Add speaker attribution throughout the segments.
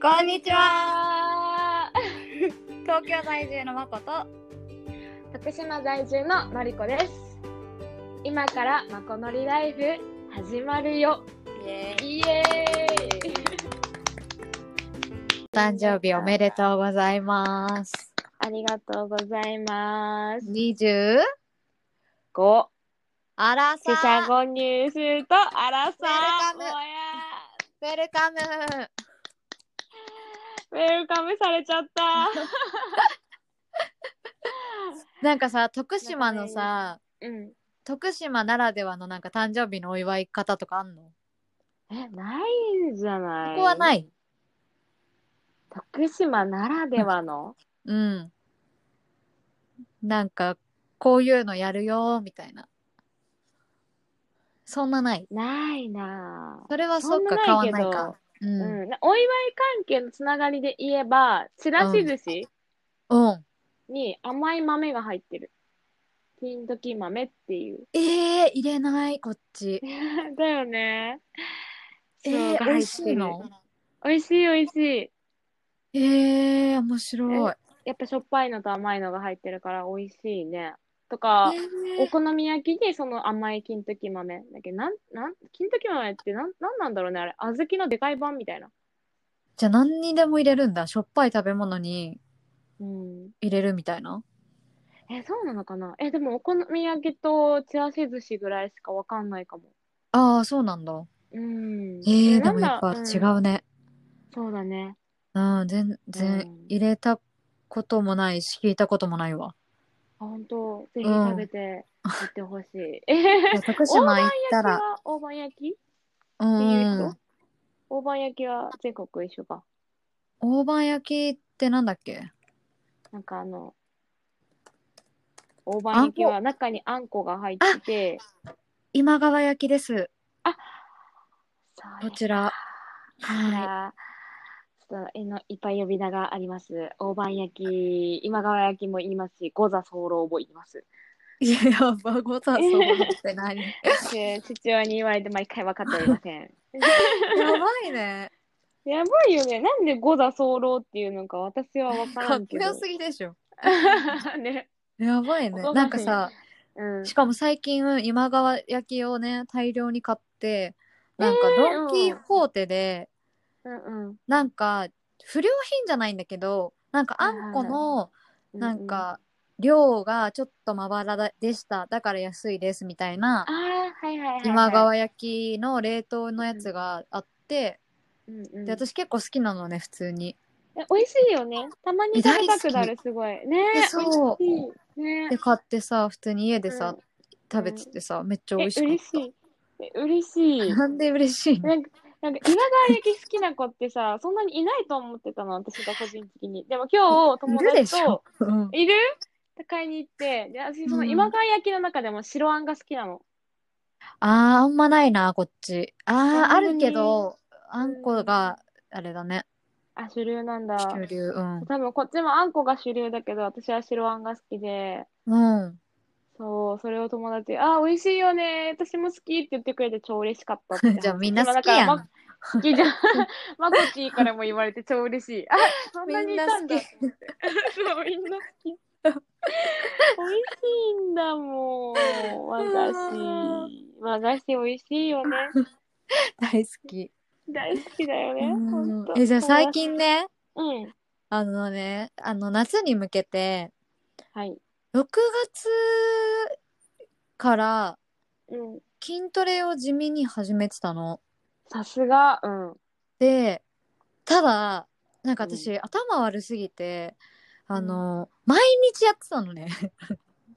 Speaker 1: こんにちは
Speaker 2: は
Speaker 1: 東京在住のまこと
Speaker 2: 徳島在住ののりこです今からまこのりライフ始まるよ
Speaker 1: イエ
Speaker 2: イエーイ
Speaker 3: 誕生日おめでとうございます。
Speaker 2: ありがとうございます
Speaker 3: 二十
Speaker 2: 五
Speaker 3: あらさ
Speaker 2: 四捨五入するとあらさ
Speaker 3: ウェルカム
Speaker 2: おや
Speaker 3: ウェルカム。
Speaker 2: ウェルカムされちゃった
Speaker 3: なんかさ徳島のさ
Speaker 2: うん
Speaker 3: 徳島ならではのなんか誕生日のお祝い方とかあんの？
Speaker 2: えないんじゃない
Speaker 3: ここはないい。
Speaker 2: 徳島ならではの
Speaker 3: うん。なんかこういうのやるよみたいな。そんなない。
Speaker 2: ないなぁ
Speaker 3: それはそっか変
Speaker 2: そんな
Speaker 3: わ
Speaker 2: ない
Speaker 3: ん
Speaker 2: け
Speaker 3: な
Speaker 2: ど
Speaker 3: いか。うん。うん。
Speaker 2: うん、お祝い関係のつながりで言えば、ちらし寿司に甘い豆が入ってる。金時豆っていう。
Speaker 3: えー、入れないこっち。
Speaker 2: だよね。
Speaker 3: え
Speaker 2: そう
Speaker 3: ー、美
Speaker 2: が入ってる
Speaker 3: 味しいの？
Speaker 2: 美味しい美味しい。
Speaker 3: えー、面白い。
Speaker 2: やっぱしょっぱいのと甘いのが入ってるから美味しいね。とか、
Speaker 3: えー
Speaker 2: お好み焼きにその甘い金時豆。だっけなん、なん、金時豆ってなん、なんなんだろうね、あれ。小豆のでかい版みたいな。
Speaker 3: じゃあ何にでも入れるんだしょっぱい食べ物に
Speaker 2: うん。
Speaker 3: 入れるみたいな
Speaker 2: え、そうなのかなえ、でもお好み焼きとちらし寿司ぐらいしかわかんないかも。
Speaker 3: ああそうなんだ
Speaker 2: うん。
Speaker 3: えー、で
Speaker 2: なん
Speaker 3: も
Speaker 2: だ
Speaker 3: やっぱ違
Speaker 2: ん
Speaker 3: うね
Speaker 2: そうだね。
Speaker 3: うん、全
Speaker 2: う
Speaker 3: 然
Speaker 2: ん
Speaker 3: 入れたこともないし聞いたこともないわ
Speaker 2: あ本当ぜひ
Speaker 3: うん
Speaker 2: 食べて行っ てほしい。え
Speaker 3: いや徳島行ったら
Speaker 2: 大判焼き
Speaker 3: う
Speaker 2: は大判焼きっていうん人大判焼きは全国一緒か。
Speaker 3: 大判焼きってなんだっけ
Speaker 2: なんかあの、大判焼きは中にあんこが入ってて、
Speaker 3: 今川焼きです
Speaker 2: そう
Speaker 3: こ
Speaker 2: や
Speaker 3: ち らは
Speaker 2: から、ちょっとえのいっぱい呼び名があります。大判焼き、今川焼きも言いますし、五座候も言います。
Speaker 3: いいややばごたそうって 何や
Speaker 2: で父親に言われて毎回分かっておりません。
Speaker 3: ばい ね
Speaker 2: やばいよね。なんで五座候っていうのか私は分から
Speaker 3: かっ
Speaker 2: ん
Speaker 3: こ
Speaker 2: けど。
Speaker 3: よすぎでしょ
Speaker 2: ね。
Speaker 3: やばいね
Speaker 2: おと
Speaker 3: な
Speaker 2: なしい
Speaker 3: んかさ
Speaker 2: うん。
Speaker 3: しかも最近今川焼きをね大量に買ってなんか
Speaker 2: えー
Speaker 3: ドン・キホーテで、
Speaker 2: うんうん
Speaker 3: なんか不良品じゃないんだけどなんかあんこの
Speaker 2: うん。
Speaker 3: なんか量がちょっとまばらだでしただから安いですみたいな
Speaker 2: ああ、はいはいはい、はい。
Speaker 3: 今。川焼きの冷凍のやつがあって
Speaker 2: うんうん、
Speaker 3: で私結構好きなのね普通に。
Speaker 2: え美味しいよね。たまに食べたくなる、すごい。ね
Speaker 3: でそう
Speaker 2: 美味しい。ね
Speaker 3: で買ってさ普通に家でさ
Speaker 2: うん
Speaker 3: 食べててさめっちゃ
Speaker 2: え、
Speaker 3: 美味し
Speaker 2: 嬉し
Speaker 3: かっ
Speaker 2: い。え嬉しい
Speaker 3: た。。なんで嬉しいの
Speaker 2: なんか、なんか今川焼き好きな子ってさ、そんなにいないと思ってたの、私が個人的に。でも今日、
Speaker 3: い
Speaker 2: 友
Speaker 3: るで
Speaker 2: 達
Speaker 3: しょ
Speaker 2: と、、
Speaker 3: うん
Speaker 2: いる買いに行って、で私、その
Speaker 3: うん
Speaker 2: 今川焼きの中でも白あんが好きなの。
Speaker 3: あーあんまないなこっちあああ
Speaker 2: 本当
Speaker 3: る
Speaker 2: に
Speaker 3: けどあんこがあれだね
Speaker 2: あ、主流なんだ。
Speaker 3: 主流うん
Speaker 2: 多分こっちもあんこが主流だけど、私は白あんが好きで。
Speaker 3: うん
Speaker 2: そう、それを友達、あー、美味しいよね、私も好きって言ってくれて超嬉しかったって話。
Speaker 3: じゃあみん な好
Speaker 2: 今だ
Speaker 3: き
Speaker 2: から
Speaker 3: やん、
Speaker 2: ま好きじゃん。 マコキーからも言われて超嬉しい。あ、そんなにいたんだと思って。 そう、みんな好き。美 味しいんだもん、和菓
Speaker 3: う
Speaker 2: 子。和菓子美味しいよね。
Speaker 3: 大好き、
Speaker 2: 大好きだよね。
Speaker 3: うん
Speaker 2: ほんと
Speaker 3: えじゃあ最。近ね
Speaker 2: うん。
Speaker 3: あのねあの夏に向けて
Speaker 2: はい。
Speaker 3: 6月から
Speaker 2: うん。
Speaker 3: 筋トレを地味に始めてたの
Speaker 2: さすが、うん。
Speaker 3: でただなんか私、頭悪すぎてあの、毎日やってたのね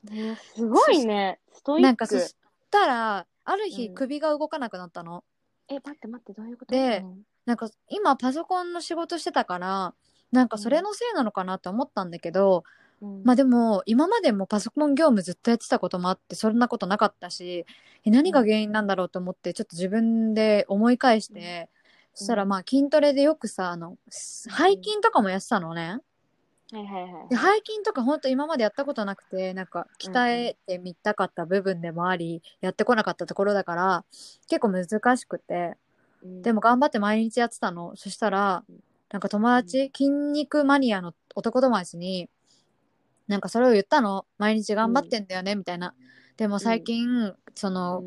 Speaker 2: ねすごいね。ストイ
Speaker 3: なん
Speaker 2: ッ
Speaker 3: か
Speaker 2: ク。
Speaker 3: そしたらある日
Speaker 2: うん
Speaker 3: 首が動かなくなったの、
Speaker 2: え、待って待って、どういうこと
Speaker 3: で
Speaker 2: うん
Speaker 3: なんか今パソコンの仕事してたからなんかそれのせいなのかなって思ったんだけど、
Speaker 2: うん
Speaker 3: まあでも今までもパソコン業務ずっとやってたこともあってそんなことなかったしえ何が原因なんだろうと思ってちょっと自分で思い返して、そしたらまあ筋トレでよくさあの背筋とかもやってたのね、
Speaker 2: はいはいはい。
Speaker 3: で背筋とか本当今までやったことなくてなんか鍛えてみたかった部分でもあり、やってこなかったところだから結構難しくて
Speaker 2: うん
Speaker 3: でも、頑張って毎日やってたのそしたらなんか友達、筋肉マニアの男友達に、なんかそれを言ったの。毎日頑張ってんだよね、みたいな。でも最近、そ の、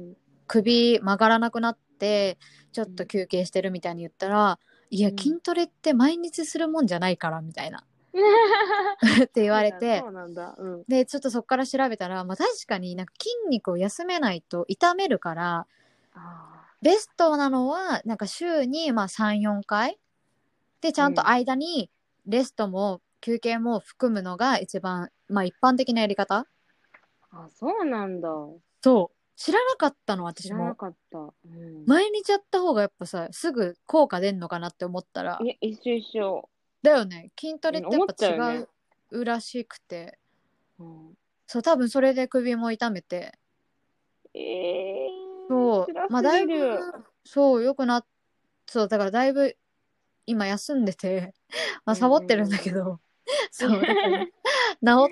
Speaker 3: 首曲がらなくなって、ちょっと休憩してるみたいに言ったら、いや、
Speaker 2: うん
Speaker 3: 筋トレって毎日するもんじゃないから、みたいな。って言われて
Speaker 2: そう、なんだ。うん。
Speaker 3: で、ちょっとそっから調べたら、まあ確かになんか筋肉を休めないと痛めるから、
Speaker 2: あ
Speaker 3: ベストなのは、なんか週にまあ3、4回。で、ちゃんと間にレストも休憩も含むのが一番、まあ一般的なやり方
Speaker 2: ーあ、そうなんだ。
Speaker 3: そう。知らなかったの、
Speaker 2: 知
Speaker 3: 私
Speaker 2: らな
Speaker 3: も。
Speaker 2: かった。うん、
Speaker 3: 毎日やった方がやっぱさ、すぐ効果出んのかなって思ったら
Speaker 2: い、や、一緒一緒。
Speaker 3: だよね。筋トレってや
Speaker 2: 思
Speaker 3: っ
Speaker 2: っちゃうよ
Speaker 3: ぱ
Speaker 2: ね
Speaker 3: 違うらしくて。
Speaker 2: うん、
Speaker 3: そう、多分それで首も痛めて。
Speaker 2: ええ
Speaker 3: そう
Speaker 2: 辛すぎる。
Speaker 3: まあだいぶそう良くなっそうだからだいぶ今休んでてまあサボってるんだけど、 そうだから治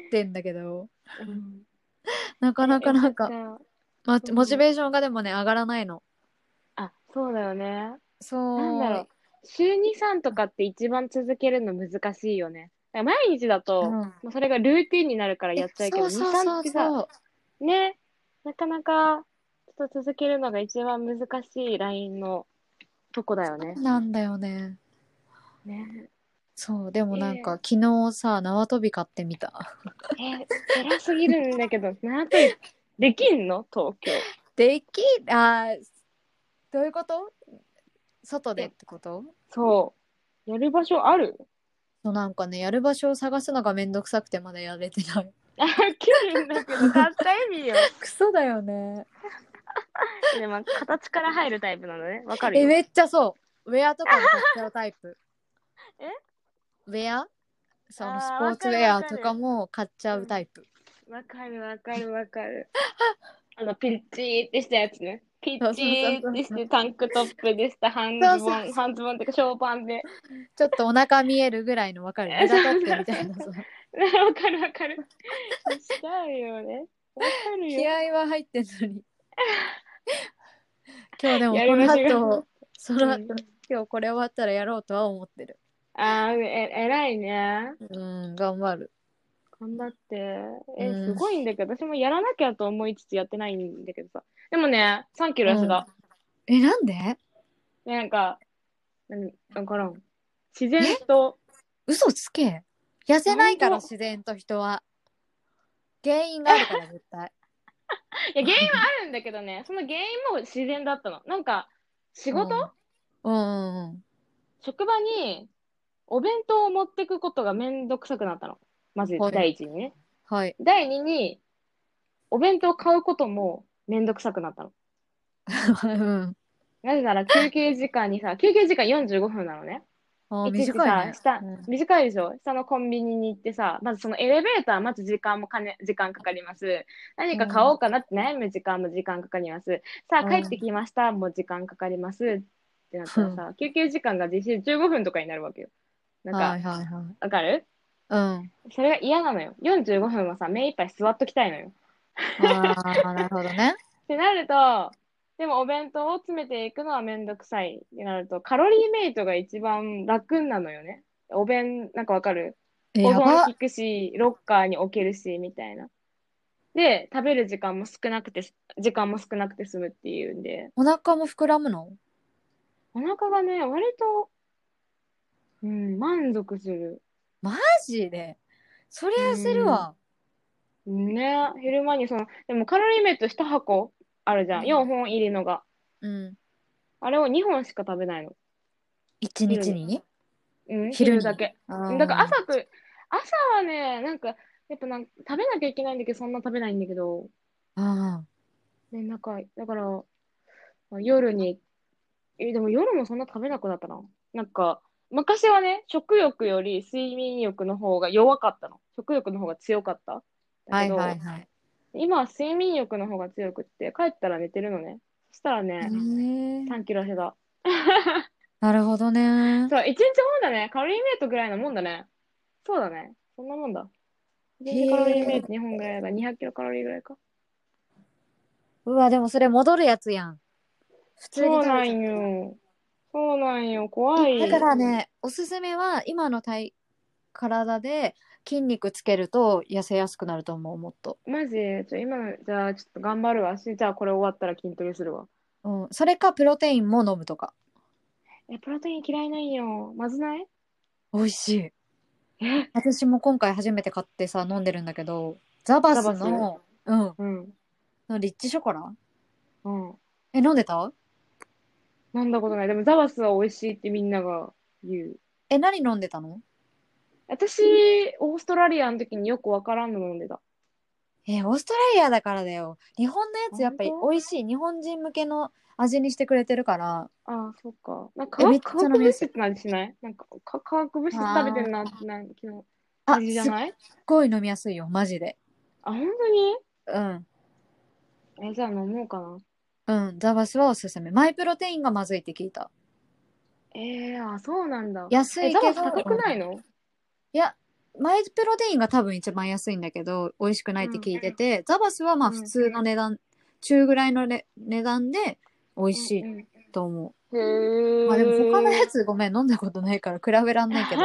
Speaker 3: ってんだけど
Speaker 2: うん
Speaker 3: なか なかなんか
Speaker 2: え、よっ
Speaker 3: まあ、モチベーションがでもね上がらないの
Speaker 2: たあ、そうだよね。
Speaker 3: そう
Speaker 2: なんだろう。週に3とかって一番続けるの難しいよね。だから毎日だと、
Speaker 3: うん
Speaker 2: もうそれがルーティンになるからやっちゃうけど、
Speaker 3: えそうそう
Speaker 2: 2、3
Speaker 3: そ
Speaker 2: っ
Speaker 3: う
Speaker 2: てさ、
Speaker 3: そう
Speaker 2: ね、なかなかちょっと続けるのが一番難しいラインのとこだよね。
Speaker 3: なんだよね
Speaker 2: ね
Speaker 3: そうでもなんか、
Speaker 2: え
Speaker 3: 昨日さ縄跳び買ってみた
Speaker 2: え、偉すぎるんだけど、 なんて、できんの東京。
Speaker 3: できあーどういうこと外でってこと
Speaker 2: そう。やる場所ある
Speaker 3: そうなんかねやる場所を探すのがめんどくさくてまだやれてない
Speaker 2: あ、きるんだけど、買った意味よ。
Speaker 3: クソだよね
Speaker 2: でも、形から入るタイプなのね。わかる
Speaker 3: え
Speaker 2: よ。
Speaker 3: めっちゃそうウェアとかも買っちゃうタイプ
Speaker 2: え
Speaker 3: ウェアその
Speaker 2: あー
Speaker 3: スポーツウェアとかも買っちゃうタイプ
Speaker 2: わかるわかるわかる。あの、ピッチーってしたやつね。ピッチーってして、タンクトップでした、半ズ
Speaker 3: そうそうそ
Speaker 2: ボン、半ズボンっていうか、ショーパンで。
Speaker 3: ちょっとお腹見えるぐらいのわかる
Speaker 2: え
Speaker 3: 目立ってみたいな そう
Speaker 2: わかるわかる。しちゃうよね。わかる
Speaker 3: 気
Speaker 2: よ。
Speaker 3: 合は入ってんの に今日でも
Speaker 2: やりま
Speaker 3: こ
Speaker 2: しょう
Speaker 3: の後その後、
Speaker 2: うん
Speaker 3: 今日これ終わったらやろうとは思ってる
Speaker 2: あーえ、えらいね。
Speaker 3: うん頑張る
Speaker 2: 頑張って。え、
Speaker 3: うん
Speaker 2: すごいんだけど、私もやらなきゃと思いつつやってないんだけどさ。でもね、3キロ痩せた。
Speaker 3: えなんで
Speaker 2: ねなんか、何わからん。自然と、
Speaker 3: 嘘つけ痩せないから
Speaker 2: 本当
Speaker 3: 自然と人は原因があるから 絶対
Speaker 2: いや、原因はあるんだけどね、 その原因も自然だったの。なんか、仕事、
Speaker 3: うんうんうんうん
Speaker 2: 職場にお弁当を持ってくことがめんどくさくなったの。まず
Speaker 3: はい
Speaker 2: 第一にね。
Speaker 3: はい
Speaker 2: 第二に、お弁当を買うこともめんどくさくなったの。
Speaker 3: うん。
Speaker 2: なぜ なら休憩時間にさ、休憩時間45分なのね。
Speaker 3: あー
Speaker 2: いちいち
Speaker 3: 短い
Speaker 2: さ
Speaker 3: ね。、う
Speaker 2: 下
Speaker 3: ん、
Speaker 2: 短いでしょ下のコンビニに行ってさ、まずそのエレベーター、まず時間もかね、時間かかります。何か買おうかなって悩む時間も時間かかります。さ
Speaker 3: う
Speaker 2: あ、
Speaker 3: ん
Speaker 2: 帰ってきました、もう時間かかります。ってなったらさ、休憩時間が実質15分とかになるわけよ。なんか、わ、
Speaker 3: はいはいはい。
Speaker 2: かる
Speaker 3: うん。
Speaker 2: それが嫌なのよ。45分はさ、目いっぱい座っときたいのよ。
Speaker 3: ああ、なるほど ね。
Speaker 2: ってなると、でもお弁当を詰めていくのはめんどくさいってなると、カロリーメイトが一番楽なのよね。お弁、なんかわかる
Speaker 3: え
Speaker 2: 保
Speaker 3: やば
Speaker 2: 存効くし、ロッカーに置けるし、みたいな。で、食べる時間も少なくて、時間も少なくて済むっていうんで、
Speaker 3: お腹も膨らむの
Speaker 2: お腹がね、割と、うん、満足する。
Speaker 3: マジで。そりゃ痩せるわ。
Speaker 2: ね、昼間にその、でもカロリーメイト1箱あるじゃん。
Speaker 3: うん
Speaker 2: 4本入りのが。
Speaker 3: うん。
Speaker 2: あれを2本しか食べないの。
Speaker 3: 一日に
Speaker 2: うん、
Speaker 3: 昼に
Speaker 2: 昼だけ。
Speaker 3: あ
Speaker 2: だから朝と、朝はね、なんか、やっぱなんか食べなきゃいけないんだけど、そんな食べないんだけど、
Speaker 3: あ
Speaker 2: ね、なんか、だから、まあ夜に、え、でも夜もそんな食べなくなったな。なんか、昔はね、食欲より睡眠欲の方が弱かったの。食欲の方が強かった。
Speaker 3: ーは
Speaker 2: だけ
Speaker 3: い
Speaker 2: ど、
Speaker 3: はいはい。
Speaker 2: 今は睡眠欲の方が強くって、帰ったら寝てるのね。そしたら
Speaker 3: え
Speaker 2: ね、
Speaker 3: ー、
Speaker 2: 3キロ痩せた。
Speaker 3: なるほどね。
Speaker 2: そう、1日もんだね。カロリーメイトぐらいのもんだね。そうだね。そんなもんだ。1
Speaker 3: へー
Speaker 2: 日カロリーメイト2本ぐらいだから200キロカロリーぐらいか。
Speaker 3: うわ、でもそれ戻るやつやん。普通に
Speaker 2: そ
Speaker 3: 食
Speaker 2: う
Speaker 3: べちゃ
Speaker 2: な
Speaker 3: った
Speaker 2: んよ。そうなんよ、怖い。
Speaker 3: だからね、おすすめは今の体体で筋肉つけると痩せやすくなると思う、もっと。
Speaker 2: マジちょ、今の、じゃあ、ちょっと頑張るわ。しじゃあ、これ終わったら筋トレするわ。
Speaker 3: うん、それかプロテインも飲むとか。
Speaker 2: え、プロテイン嫌いなんよ。まずない
Speaker 3: 美味しい。私も今回初めて買ってさ、飲んでるんだけど、ザバス
Speaker 2: ザバ
Speaker 3: の、うん、
Speaker 2: うん。
Speaker 3: のリッチショコラ
Speaker 2: うん。
Speaker 3: え、飲んでた
Speaker 2: 飲んだことない。でも、ザバスは美味しいってみんなが言う。
Speaker 3: え、何飲んでたの
Speaker 2: 私、オーストラリアの時によくわからんの飲んでた。
Speaker 3: え、オーストラリアだからだよ。日本のやつやっぱり
Speaker 2: 本当
Speaker 3: 美味しい。日本人向けの味にしてくれてるから。
Speaker 2: ああ、そっか。なん
Speaker 3: え
Speaker 2: か
Speaker 3: め
Speaker 2: 化
Speaker 3: っちゃ
Speaker 2: 化学
Speaker 3: 飲みやす
Speaker 2: 物質
Speaker 3: い
Speaker 2: って何しないなんかか化学物質食べてるなってな気の
Speaker 3: あ、
Speaker 2: 感じじゃ
Speaker 3: すっ
Speaker 2: ない
Speaker 3: ごい飲みやすいよ、マジで。
Speaker 2: あ、本当
Speaker 3: うん。
Speaker 2: にえ、じゃあ飲もうかな。
Speaker 3: うん、ザバスはおすすめ。マイプロテインがまずいって聞いた。
Speaker 2: ええあ、そうなんだ。
Speaker 3: 安
Speaker 2: え、
Speaker 3: い
Speaker 2: ザ
Speaker 3: け
Speaker 2: バス
Speaker 3: ど、
Speaker 2: 高くないの
Speaker 3: マイプロテインが多分一番安いんだけど、美味しくないって聞いてて、ザバスはまあ
Speaker 2: うん
Speaker 3: 普通の値段、中ぐらいのね値段で美味しい
Speaker 2: うんうん
Speaker 3: と思
Speaker 2: へえ。
Speaker 3: う。まあでも他のやつごめん、飲んだことないから比べらん ないけど。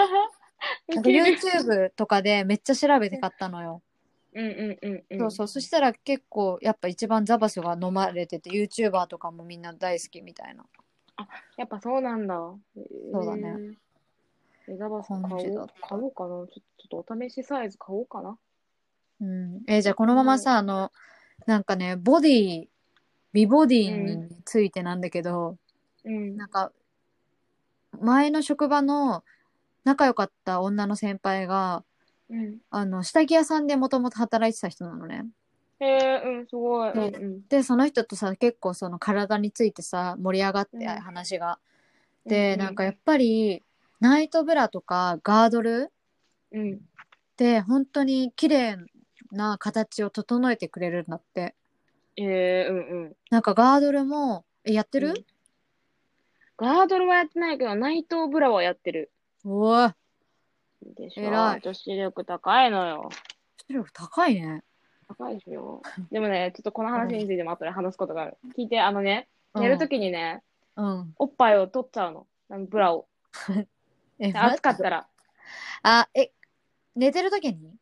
Speaker 3: なんか YouTube とかでめっちゃ調べて買ったのよ。
Speaker 2: うんうんうんうん。
Speaker 3: そうそう。そしたら結構やっぱ一番ザバスが飲まれてて、YouTuber とかもみんな大好きみたいな
Speaker 2: やっぱそうなんだ。
Speaker 3: そうだね
Speaker 2: へー。え、ザバス買
Speaker 3: 感じだ
Speaker 2: お
Speaker 3: っ
Speaker 2: う
Speaker 3: た
Speaker 2: 買おうかな。ちょちょっとお試しサイズ買おうかな。
Speaker 3: うん、えーじゃあこのままさ、あの、なんかね、ボディ、美ボディ
Speaker 2: う
Speaker 3: についてなんだけど、
Speaker 2: うん。
Speaker 3: なんか、前の職場の仲良かった女の先輩が、
Speaker 2: うん。
Speaker 3: あの、下着屋さんでもともと働いてた人なのね。
Speaker 2: へえ、うん、すごい。う
Speaker 3: そうん
Speaker 2: うん。
Speaker 3: で、その人とさ、結構その体についてさ、盛り上がって、
Speaker 2: うん
Speaker 3: 話が。で、
Speaker 2: う
Speaker 3: なんかやっぱり、ナイトブラとかガードル
Speaker 2: うん。
Speaker 3: って本当に綺麗な形を整えてくれるんだって。
Speaker 2: へえ、うんうん。
Speaker 3: なんかガードルも、え、やってる、
Speaker 2: ガードルはやってないけど、内藤ブラはやってる。
Speaker 3: おい、
Speaker 2: でしょ。
Speaker 3: 偉い
Speaker 2: 女子力高いのよ。
Speaker 3: 出力高いね。
Speaker 2: 高いですよ。でもね、ちょっとこの話についても後で話すことがある。聞いて、あのね、寝るときにね、
Speaker 3: うん。うん。
Speaker 2: おっぱいを取っちゃうの。あのブラを。
Speaker 3: え、
Speaker 2: で暑かった
Speaker 3: ら。
Speaker 2: ら。
Speaker 3: あ、え、寝てる時に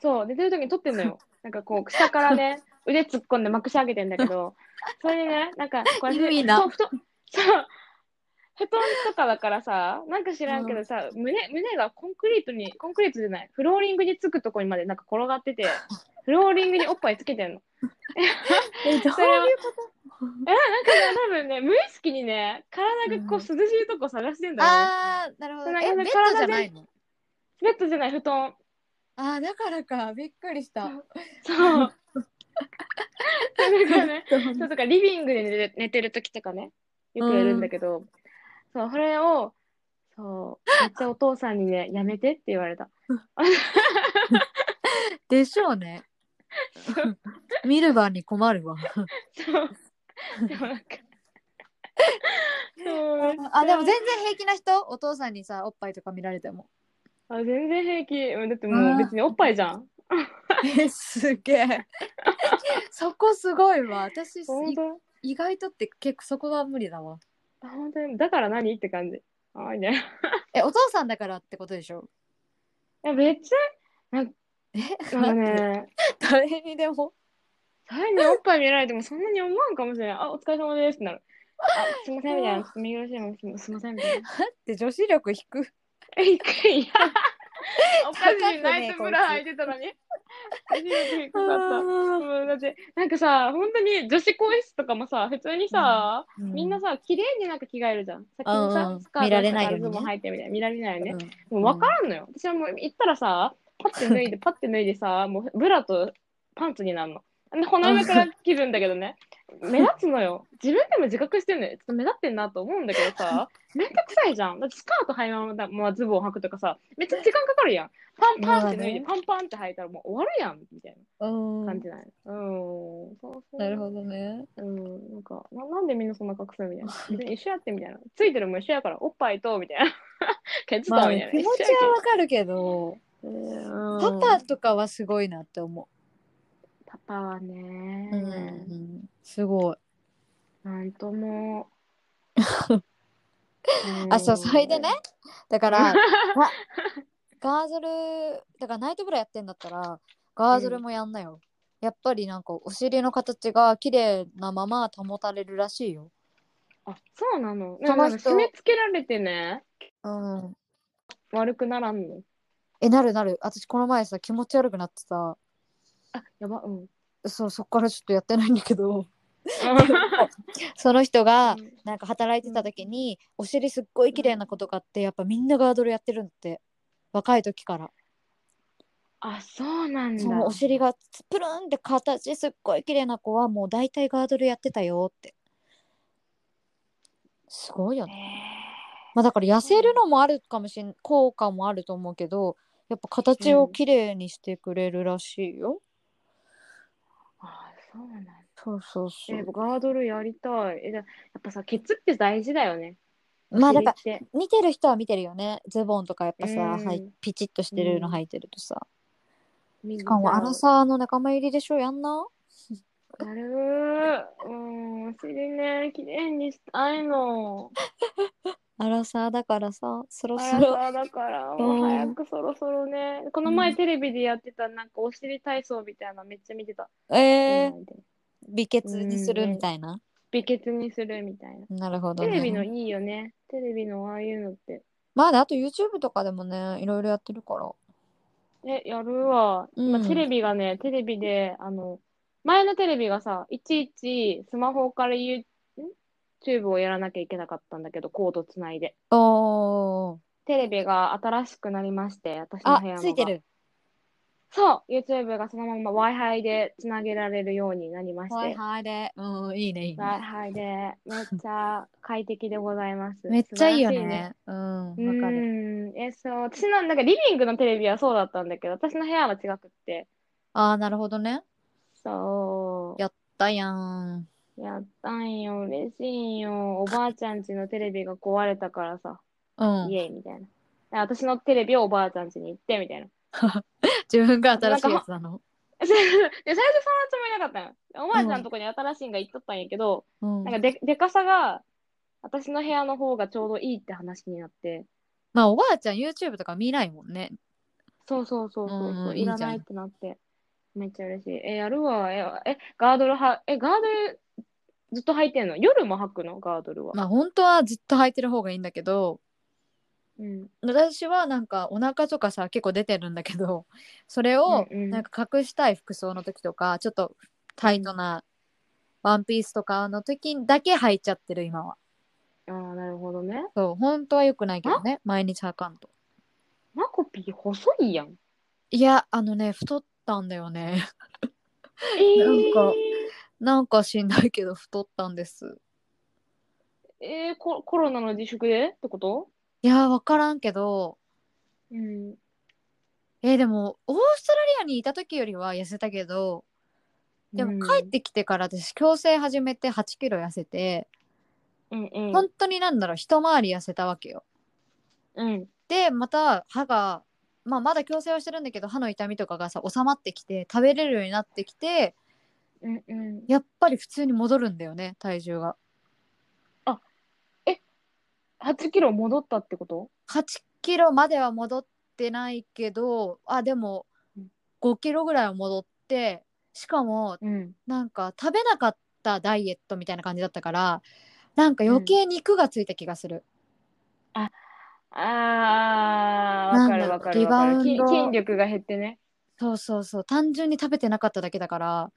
Speaker 2: そう、寝てるときに取ってんの よ。なんかこう、草からね、腕突っ込んでまくし上げてんだけど、それでね、なんか、こ
Speaker 3: 意味
Speaker 2: れ、
Speaker 3: な
Speaker 2: そう、ふと、そう、布団とかだからさ、なんか知らんけどさ、胸、胸がコンクリートに、コンクリートじゃない、フローリングにつくとこにまでなんか転がってて、フローリングにおっぱいつけて んの。
Speaker 3: え、どう
Speaker 2: それは、 え、なんかね、多分ね、無意識にね、体がこう、涼しいとこ探してんだよね。
Speaker 3: あー、なるほど。
Speaker 2: なんか
Speaker 3: え、ベッドじゃないの
Speaker 2: ベッドじゃない、布団。
Speaker 3: あー、だからか。びっくりした。
Speaker 2: そう。なんかね、そうとかリビングで寝て寝てる時とかね、よくやるんだけど、そう、それを、そう、めっちゃお父さんにね、やめてって言われた。
Speaker 3: でしょう ね。見る番に困るわ。
Speaker 2: そう。でもなんか、そう。
Speaker 3: あ、でも全然平気な人お父さんにさ、おっぱいとか見られて も。
Speaker 2: あ全然平気。うんだってもう別におっぱいじゃん。
Speaker 3: え、すげえ。 そこすごいわ。私、い
Speaker 2: 本当
Speaker 3: 意外とって結構そこが無理だわ。
Speaker 2: あ本当に。だから何って感じ。あいいね。
Speaker 3: え、お父さんだからってことでしょ
Speaker 2: いや、めっち
Speaker 3: え、
Speaker 2: ゃ、なんかね、
Speaker 3: 誰にでも。
Speaker 2: 誰におっぱい見られてもそんなに思わんかもしれない。あ、お疲れ様ですってなる。あ、すいませんみたいな。ちょっと見苦しいもん、すすいませんみたいな。
Speaker 3: で、女子力低く。
Speaker 2: え、いくいや。おか
Speaker 3: 高く
Speaker 2: し
Speaker 3: ね
Speaker 2: い、ナイトブラ履いてたのに。初めて低かった。
Speaker 3: う
Speaker 2: うん、だって、なんかさ、本当に女子更衣室とかもさ、普通にさ、
Speaker 3: ん
Speaker 2: みんなさ、綺麗になんか着替えるじゃん。先に
Speaker 3: うんう
Speaker 2: さ
Speaker 3: ん、
Speaker 2: スカー
Speaker 3: 見られないようにね
Speaker 2: トとかズボン履いてみたいな。見られないよね。
Speaker 3: うん
Speaker 2: もう分からんのよ。私はもう行ったらさ、パッて脱 いで、パッて脱いでさ、もうブラとパンツになるの。でこの上から着るんだけ どね。目立つのよ。自分でも自覚してるのよ。ちょっと目立ってんなと思うんだけど さ、めんどくさいじゃん。だってスカート履いまままズボン履くとかさ、めっちゃ時間かかるやん。パンパンって脱いで、
Speaker 3: ま
Speaker 2: パンパンって履いたらもう終わるやん、みたい
Speaker 3: うん
Speaker 2: な感じなんようん。そうそう
Speaker 3: なるほどね。
Speaker 2: うん。なんかな、なんでみんなそんな隠すのみたいな。別に一緒やってみたいな。ついてるもん一緒やから、おっぱいと、みた いな。ケツと、み
Speaker 3: まあ
Speaker 2: たい
Speaker 3: ね
Speaker 2: な。、
Speaker 3: 気持ち
Speaker 2: 一緒やけ
Speaker 3: はわかるけど、パ
Speaker 2: パ
Speaker 3: パとかはすごいなって思
Speaker 2: パパはね
Speaker 3: う。、うん。すごい。
Speaker 2: なんとも。
Speaker 3: あそうそれでね。だから
Speaker 2: うん
Speaker 3: がガーゼルだからナイトブラやってんだったらガーゼルもやんなよ、やっぱりなんかお尻の形が綺麗なまま保たれるらしいよ
Speaker 2: あ、そうなの。
Speaker 3: その人
Speaker 2: なんか締め付けられてね、
Speaker 3: うん
Speaker 2: 悪くならんの。
Speaker 3: えなるなる私この前さ気持ち悪くなってさ
Speaker 2: あ、やば、うん。
Speaker 3: そうそっからちょっとやってないんだけどその人がなんか働いてた時にお尻すっごい綺麗なことがあってやっぱみんなガードルやってるんだって若い時から
Speaker 2: あ、そうなんだ。
Speaker 3: そのお尻がプルンって形すっごい綺麗な子はもう大体ガードルやってたよってすごいよ
Speaker 2: え
Speaker 3: ね、
Speaker 2: ー
Speaker 3: まあ、だから痩せるのもあるかもしん効果もあると思うけどやっぱ形を綺麗にしてくれるらしいよ、
Speaker 2: あ、そうなんだ。
Speaker 3: そうそうそ
Speaker 2: え
Speaker 3: う
Speaker 2: ガードルやりたい。え、じゃあやっぱさ、ケツって大事だよね。
Speaker 3: まあだ
Speaker 2: だ
Speaker 3: から見てる人は見てるよねズボンとかやっぱさ、
Speaker 2: うん
Speaker 3: はい、ピチッとしてるの履いてるとさ、
Speaker 2: し
Speaker 3: しかもアラサーの仲間入りでしょやんな
Speaker 2: やるー。うん、お尻ね、綺麗にしたいの。
Speaker 3: アラサーだからさそろ
Speaker 2: ア
Speaker 3: そ
Speaker 2: ラ
Speaker 3: ろ
Speaker 2: サーだから、
Speaker 3: ん
Speaker 2: もう早くそろそろね。この
Speaker 3: う
Speaker 2: 前
Speaker 3: ん
Speaker 2: テレビでやってた、なんかお尻体操みたいなのめっちゃ見てた。
Speaker 3: えー、
Speaker 2: みんなで
Speaker 3: 美血にするみたいな、
Speaker 2: 美血にするみたいな。
Speaker 3: なるほど、
Speaker 2: テ
Speaker 3: ね、
Speaker 2: レビのいいよね。テレビのああいうのって。
Speaker 3: まあねあと YouTube とかでもねいろいろやってるから
Speaker 2: え、やるわ。
Speaker 3: うん
Speaker 2: 今、テレビがね、テレビで、あの、前のテレビがさ、いちいちスマホから YouTube をやらなきゃいけなかったんだけど、コードつないで。
Speaker 3: おー
Speaker 2: テレビが新しくなりまして、私の
Speaker 3: あ
Speaker 2: 部屋の
Speaker 3: つ
Speaker 2: が
Speaker 3: いて。る
Speaker 2: そう、YouTube がそのまま Wi-Fi でつなげられるようになりまして、
Speaker 3: Wi-Fi でうんいいねいいね
Speaker 2: Wi-Fi でめっちゃ快適でございます。
Speaker 3: めっちゃいいよね
Speaker 2: 素晴らし
Speaker 3: うんわ
Speaker 2: う
Speaker 3: かる
Speaker 2: ん、え、そう、私の、なんかリビングのテレビはそうだったんだけど、私の部屋は違くって、
Speaker 3: ああなるほどね
Speaker 2: そう、
Speaker 3: やったやん
Speaker 2: やったんよ、嬉しいよ。おばあちゃんちのテレビが壊れたからさ、
Speaker 3: うん
Speaker 2: イエイみたいな。で私のテレビをおばあちゃんちに行ってみたいな。
Speaker 3: 自分が新しいやつなの
Speaker 2: で、最初そのつもりなかったの。おばあちゃんのとこに新しいんが行っとったんやけど、
Speaker 3: うん
Speaker 2: なんかで、でかさが、私の部屋の方がちょうどいいって話になって、
Speaker 3: まあおばあちゃん YouTube とか見ないもんね
Speaker 2: そうそうそうそう
Speaker 3: うん
Speaker 2: そうう、
Speaker 3: んいい
Speaker 2: い
Speaker 3: じゃ
Speaker 2: ら
Speaker 3: ん
Speaker 2: ないってなって、めっちゃ嬉しい。え、やるわ。え、えガードルは、え、ガードル、ずっと履いてんの夜も履くのガードルは。
Speaker 3: まあ本当はずっと履いてる方がいいんだけど
Speaker 2: うん。
Speaker 3: 私はなんかお腹とかさ結構出てるんだけど それを
Speaker 2: うんうん
Speaker 3: なんか隠したい服装の時とかちょっとタイトなワンピースとかの時だけ履いちゃってる今は
Speaker 2: ああ、なるほどね。
Speaker 3: そう本当は良くないけどね毎日履かんと
Speaker 2: マコピー細いやん。
Speaker 3: いやあのね太ったんだよね
Speaker 2: え
Speaker 3: なんかなんかしんないけど太ったんです
Speaker 2: えーコ、コロナの自粛でってこと
Speaker 3: いや分からんけど
Speaker 2: うん。
Speaker 3: えーでもオーストラリアにいた時よりは痩せたけどでも帰っ、てきてから私矯正始めて8キロ痩せて
Speaker 2: うんうん。
Speaker 3: 本当になんだろう一回り痩せたわけよ
Speaker 2: うん。
Speaker 3: でまた歯が、まあ、まだ矯正はしてるんだけど歯の痛みとかがさ収まってきて食べれるようになってきて
Speaker 2: うんうん。
Speaker 3: やっぱり普通に戻るんだよね体重が
Speaker 2: 8キロ戻ったってこと
Speaker 3: 8キロまでは戻ってないけどあでも
Speaker 2: うん
Speaker 3: 5キロぐらいは戻ってしかも
Speaker 2: うん。
Speaker 3: なんか食べなかったダイエットみたいな感じだったからなんか余計肉がついた気がする、
Speaker 2: ああ、わかるわかるわか
Speaker 3: なんだろう
Speaker 2: る。
Speaker 3: リ
Speaker 2: 筋
Speaker 3: バウンド
Speaker 2: 筋力が減ってね。
Speaker 3: そうそうそう単純に食べてなかっただけだから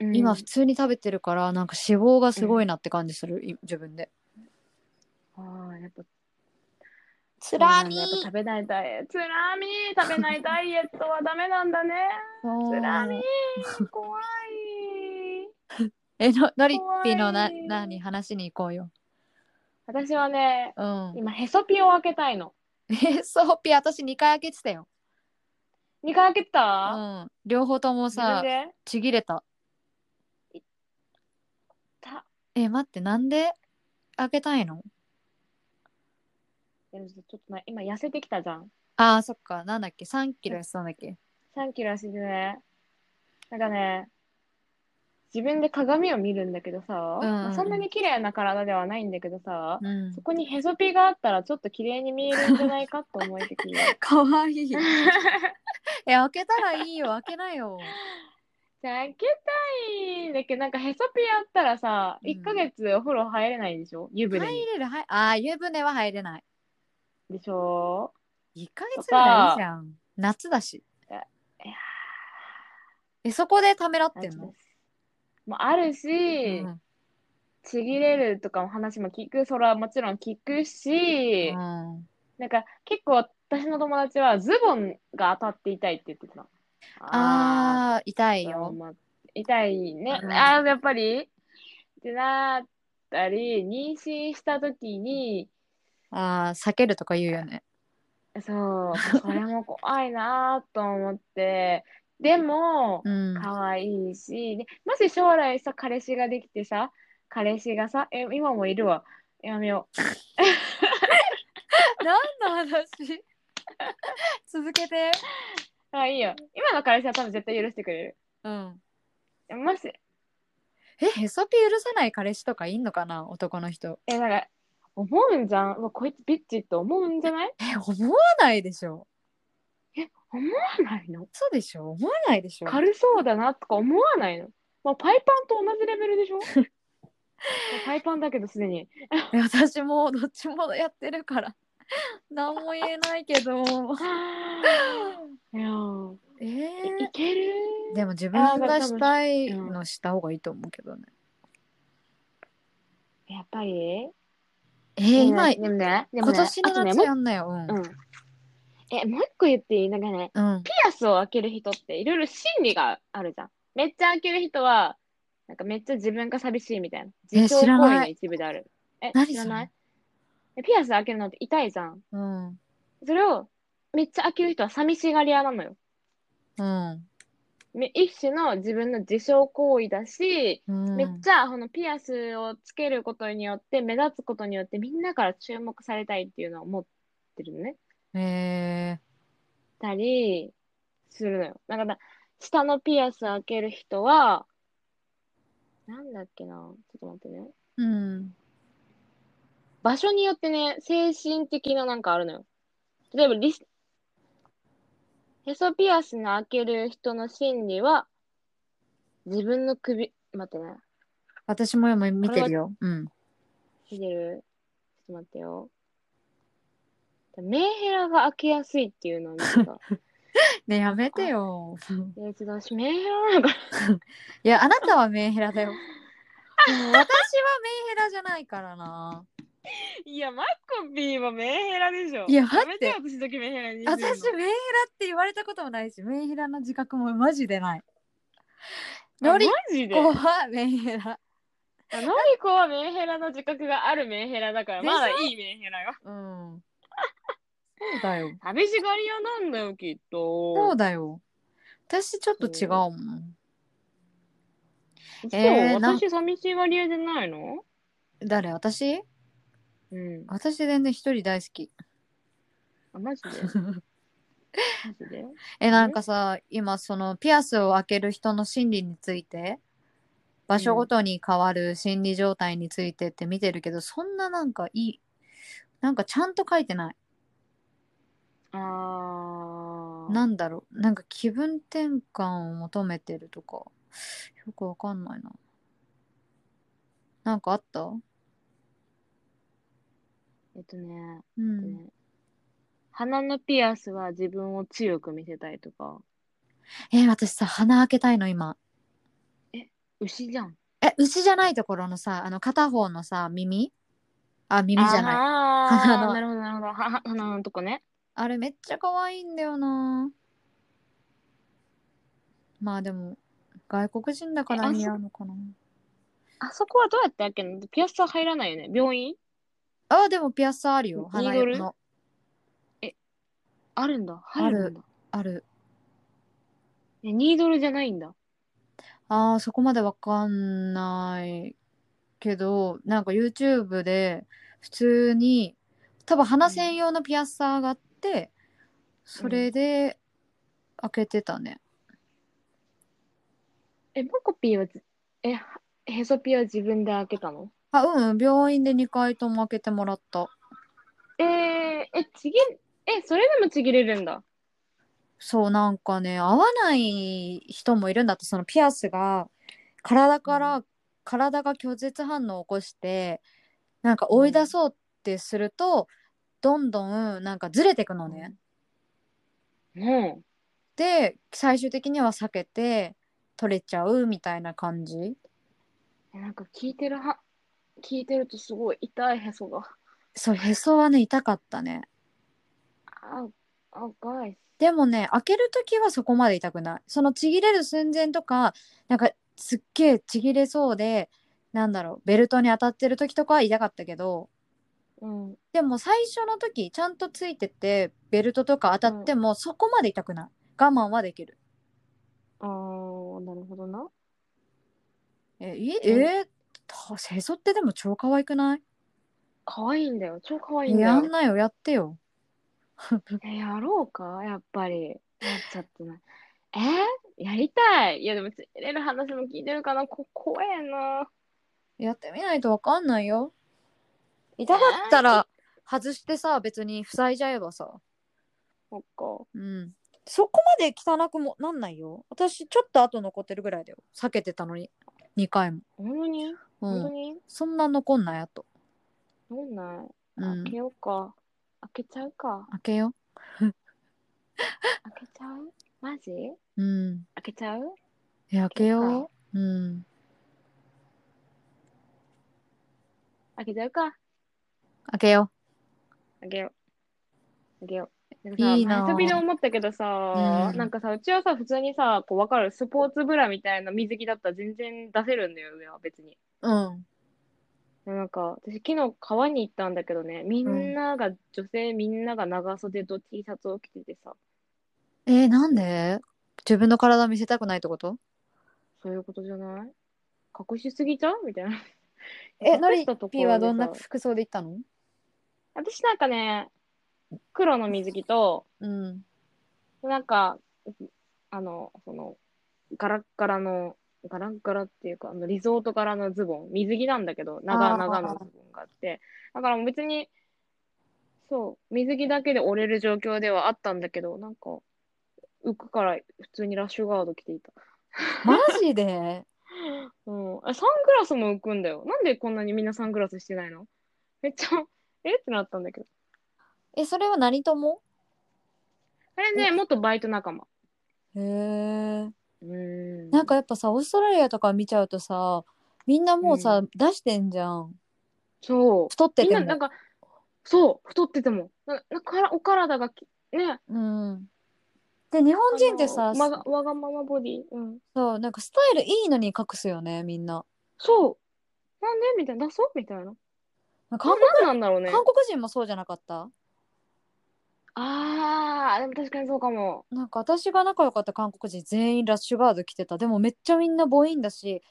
Speaker 2: うん
Speaker 3: 今普通に食べてるからなんか脂肪がすごいなって感じする、い自分で。
Speaker 2: ああ、やっぱ
Speaker 3: つ
Speaker 2: やっぱ食べないダイエット。つらみー食べないダイエットはダメなんだね。つらみー怖い。
Speaker 3: えののりっぴのな
Speaker 2: 怖い
Speaker 3: 何話に行こうよ。
Speaker 2: 私はね、
Speaker 3: うん。
Speaker 2: 今へそピンを開けたいの。
Speaker 3: えそうぴ私2回開けてたよ。
Speaker 2: 2回開け
Speaker 3: う
Speaker 2: た、
Speaker 3: ん。両方とも
Speaker 2: 自分
Speaker 3: さ
Speaker 2: で
Speaker 3: ちぎれた。
Speaker 2: た
Speaker 3: え待ってなんで開けたいの？
Speaker 2: でもちょっとな今痩せてきたじゃん。
Speaker 3: あーそっかなんだっけ3キロ痩せたんだっけ？
Speaker 2: 3キロ痩せてね。なんかね、自分で鏡を見るんだけどさ、
Speaker 3: うん
Speaker 2: まあそんなに綺麗な体ではないんだけどさ、
Speaker 3: うん
Speaker 2: そ、こにへそピがあったらちょっと綺麗に見えるんじゃないかと思え てきて
Speaker 3: かわいい。え、開けたらいいよ、開けなよ。
Speaker 2: じゃあ開けたいんだけどなんかへそピあったらさ
Speaker 3: うん
Speaker 2: 1ヶ月お風呂入れないでしょ湯
Speaker 3: 入
Speaker 2: 船に
Speaker 3: れる、はい、ああ、湯船は入れない。
Speaker 2: でしょ
Speaker 3: 一ヶ月ぐらいいいじゃん。夏だし
Speaker 2: いやいや。
Speaker 3: え、そこでためらっ
Speaker 2: なん
Speaker 3: て
Speaker 2: てい
Speaker 3: ん
Speaker 2: うの
Speaker 3: の。
Speaker 2: もある
Speaker 3: う
Speaker 2: し、
Speaker 3: ん
Speaker 2: ちぎれるとかの話も聞くそれはもちろん聞くし、
Speaker 3: うん
Speaker 2: なんか結構私の友達はズボンが当たって痛いって言ってた。あ
Speaker 3: ああ、痛い
Speaker 2: ー
Speaker 3: よ。
Speaker 2: まあ痛いね。
Speaker 3: うん
Speaker 2: ああ、やっぱりってなったり、妊娠した時に、
Speaker 3: ああ、避けるとか言うよね。
Speaker 2: そう、それも怖いなーと思って、でも、
Speaker 3: うん。
Speaker 2: 可愛いし、で、もし将来さ、彼氏ができてさ、彼氏がさ、え、今もいるわ。やめよ
Speaker 3: 何の話 続けて。
Speaker 2: う。あ、いいよ。今の彼氏は多分絶対許してくれる。
Speaker 3: うん。
Speaker 2: もし、
Speaker 3: え、へそピ許さない彼氏とかいんのかな男の人。
Speaker 2: え、なんか、思うんじゃん。うわ、こいつビッチって思うんじゃない
Speaker 3: え、思わないでしょ。
Speaker 2: 思わないの
Speaker 3: そうでしょ思わないでしょ
Speaker 2: 軽そうだなとか思わないの、まあ、パイパンと同じレベルでしょ もうパイパンだけど すでに。
Speaker 3: え私もどっちもやってるから。何も言えないけど。
Speaker 2: いやー
Speaker 3: えー、
Speaker 2: いける
Speaker 3: でも自分がしたい
Speaker 2: あーまあ多分
Speaker 3: のした方がいいと思うけどね。
Speaker 2: やっぱり
Speaker 3: えー、今、
Speaker 2: でもね、でも
Speaker 3: 今
Speaker 2: ね
Speaker 3: 年
Speaker 2: あと
Speaker 3: の
Speaker 2: ね
Speaker 3: 夏
Speaker 2: もう
Speaker 3: やんなよ。うん。
Speaker 2: うんえ、もう一個言っていいなんかね、
Speaker 3: うん。
Speaker 2: ピアスを開ける人っていろいろ心理があるじゃん。めっちゃ開ける人は、なんかめっちゃ自分が寂しいみたいな。
Speaker 3: え
Speaker 2: 自傷
Speaker 3: 知ら
Speaker 2: 行為
Speaker 3: な
Speaker 2: の
Speaker 3: い
Speaker 2: 一部である。え、
Speaker 3: 何
Speaker 2: 知ら
Speaker 3: それ
Speaker 2: ないえピアス開けるのって痛いじゃん。
Speaker 3: うん。うん。
Speaker 2: それをめっちゃ開ける人は寂しがり屋なのよ。め一種の自分の自傷行為だし、
Speaker 3: うん。
Speaker 2: めっちゃこのピアスをつけることによって目立つことによってみんなから注目されたいっていうのを持ってるのね。
Speaker 3: え
Speaker 2: たりするのよ。だから下のピアス開ける人はなんだっけなちょっと待ってね。
Speaker 3: ー、うん。
Speaker 2: 場所によってね精神的ななんかあるのよ。例えばリスへそピアスの開ける人の心理は自分の首待ってね。
Speaker 3: 私も今見てるよ。うん。
Speaker 2: 見てるちょっと待ってよ。メンヘラが開けやすいっていうのを見て た。
Speaker 3: ねやめてよ。
Speaker 2: えー、ちょっと私メンヘラなのかない
Speaker 3: や、あなたはメンヘラだよ。でも私はメンヘラじゃないからな。
Speaker 2: いや、マッコピーはメンヘラでしょ。
Speaker 3: いや待って
Speaker 2: やめてよ私だけメンヘラにするの。
Speaker 3: 私メンヘラって言われたこともないし、メンヘラの自覚もマジでない。
Speaker 2: あ
Speaker 3: のり
Speaker 2: マジで。
Speaker 3: こ
Speaker 2: あ
Speaker 3: はメンヘラ。
Speaker 2: のりこはメンヘラの自覚があるメンヘラだから、
Speaker 3: でしょ
Speaker 2: まだいいメンヘラよ。
Speaker 3: うん。そうだよ。
Speaker 2: 寂しがり屋なんだよ、きっと。
Speaker 3: そうだよ。私ちょっと違うもん。
Speaker 2: 嘘
Speaker 3: えーなん
Speaker 2: 私寂しがり屋じゃないの
Speaker 3: 誰私
Speaker 2: うん。
Speaker 3: 私全然一人大好き。
Speaker 2: あ、マジ でマジで
Speaker 3: え、なんかさ、今そのピアスを開ける人の心理について、場所ごとに変わる心理状態についてって見てるけど、そんななんかいい、なんかちゃんと書いてない。
Speaker 2: あー。
Speaker 3: なんだろうなんか気分転換を求めてるとかよくわかんないななんかあった
Speaker 2: えっとね、
Speaker 3: う
Speaker 2: えっと
Speaker 3: ん
Speaker 2: ね鼻のピアスは自分を強く見せたいとか。
Speaker 3: えー私さ鼻開けたいの今
Speaker 2: 牛じゃん。
Speaker 3: え牛じゃないところのさあの片方のさ耳あ耳じゃないあ
Speaker 2: あー
Speaker 3: 鼻の
Speaker 2: なるほど、なるほど。はは鼻のとこね。
Speaker 3: れめっちゃ可愛いんだよなまあでも外国人だから
Speaker 2: えあ
Speaker 3: 似合うのかな
Speaker 2: あそこはどうやって開けるのピアスは入らないよね。病院
Speaker 3: あでもピアスあるよ鼻
Speaker 2: ニードル
Speaker 3: 横の
Speaker 2: あるんだ。入るんだ。
Speaker 3: ある
Speaker 2: えニードルじゃないんだ。
Speaker 3: ああ、そこまでわかんないけど、なんか YouTube で普通に、多分鼻専用のピアスサーがあって、それで開けてたね。
Speaker 2: え、モコピーはずえ、へそピは自分で開けたの
Speaker 3: あ、うんうん、病院で2回とも開けてもらった。
Speaker 2: えー、え、ちぎ、え、それでもちぎれるんだ。
Speaker 3: そう、なんかね、合わない人もいるんだって、そのピアスが、体から、体が拒絶反応を起こして、なんか追い出そうってすると、どんどん、なんかずれてくのね。
Speaker 2: うん。
Speaker 3: で、最終的には避けて、取れちゃうみたいな感じ。
Speaker 2: えなんか聞いてるは、聞いてるとすごい痛いへそが。
Speaker 3: そう、へそはね、痛かったね。
Speaker 2: あ、あ、ガイ
Speaker 3: でもね、開けるときはそこまで痛くない。そのちぎれる寸前とか、なんかすっげえちぎれそうで、なんだろう、ベルトに当たってるときとかは痛かったけど、
Speaker 2: うん。
Speaker 3: でも最初のとき、ちゃんとついてて、ベルトとか当たってもそこまで痛くない。我慢はできる。
Speaker 2: あー、なるほどな。
Speaker 3: え、い
Speaker 2: うん
Speaker 3: えー、たへそってでも超可愛くない
Speaker 2: 可愛いんだよ。超可愛いんだ
Speaker 3: や
Speaker 2: よ
Speaker 3: ん。なよ、やってよ。
Speaker 2: え、やろうかやっぱり。なっちゃってない。えーやりたい。いや、でも、つれる話も聞いてるかな。こ、怖えな。
Speaker 3: やってみないとわかんないよ。痛かったら外してさ、別に塞いじゃえばさ。
Speaker 2: そっか。
Speaker 3: うん。そこまで汚くもなんないよ。私、ちょっと後残ってるぐらいだよ。避けてたのに。2回も。
Speaker 2: 本当に
Speaker 3: う
Speaker 2: 本当
Speaker 3: ん。
Speaker 2: に
Speaker 3: そんな残んないあと。
Speaker 2: どんない。
Speaker 3: うん
Speaker 2: 開け。ようか。開けちゃうか。
Speaker 3: 開けよ
Speaker 2: 開けちゃうマジ
Speaker 3: う。うん。
Speaker 2: 開けちゃう
Speaker 3: え、開け
Speaker 2: 開け
Speaker 3: よ
Speaker 2: よ
Speaker 3: う。うん。
Speaker 2: 開けちゃうか。
Speaker 3: 開けよ
Speaker 2: あげよう。あげよう。なん
Speaker 3: いい
Speaker 2: か
Speaker 3: な
Speaker 2: さ、
Speaker 3: ぁ
Speaker 2: 遊びで思ったけどさ、
Speaker 3: うん
Speaker 2: なんかさ、うちはさ、普通にさ、こう、わかる、スポーツブラみたいな水着だったら全然出せるんだよ、上は別に。
Speaker 3: う。うん。
Speaker 2: なんか、私、昨日川に行ったんだけどね、みんなが、女性みんなが長袖と T シャツを着ててさ、
Speaker 3: えーなんで自分の体見せたくないってこと
Speaker 2: そういうことじゃない隠しすぎちゃうみたいな。
Speaker 3: え、
Speaker 2: 隠
Speaker 3: のり
Speaker 2: したところでさ
Speaker 3: ピーはどんな服装で行ったの
Speaker 2: 私なんかね、黒の水着と、
Speaker 3: うん。
Speaker 2: なんか、あの、その、ガラッガラの、ガラッガラっていうか、あのリゾート柄のズボン、水着なんだけど、長
Speaker 3: あー
Speaker 2: 々のズボンがあって、だからもう別に、そう、水着だけで折れる状況ではあったんだけど、なんか、浮くから普通にラッシュガード着ていた。
Speaker 3: マジで
Speaker 2: うん、あサングラスも浮くんだよ。なんでこんなにみんなサングラスしてないのめっちゃ、えってなったんだけど。
Speaker 3: え、それは何とも
Speaker 2: あれね、元バイト仲間。
Speaker 3: へえ。
Speaker 2: うん。
Speaker 3: なんかやっぱさ、オーストラリアとか見ちゃうとさ、みんなもうさ、
Speaker 2: う
Speaker 3: 出してんじゃん。
Speaker 2: そう。
Speaker 3: 太って
Speaker 2: みん
Speaker 3: て
Speaker 2: ななん
Speaker 3: も。
Speaker 2: か、そう、太ってても、ななからお体がきね、
Speaker 3: うん。で、日本人ってさ
Speaker 2: あ、のわがわがままボディ、うん、
Speaker 3: そう、なんかスタイルいいのに隠すよね、みんな。
Speaker 2: そう、なんでみたいな、出そうみたいな。
Speaker 3: 韓
Speaker 2: 韓
Speaker 3: 国
Speaker 2: 国なんだろうね。
Speaker 3: 韓国人もそうじゃなかった
Speaker 2: あー、でも確かにそうかも。
Speaker 3: なんか私が仲良かった韓国人全員ラッシュガード着てた。でもめっちゃみんなボインだし、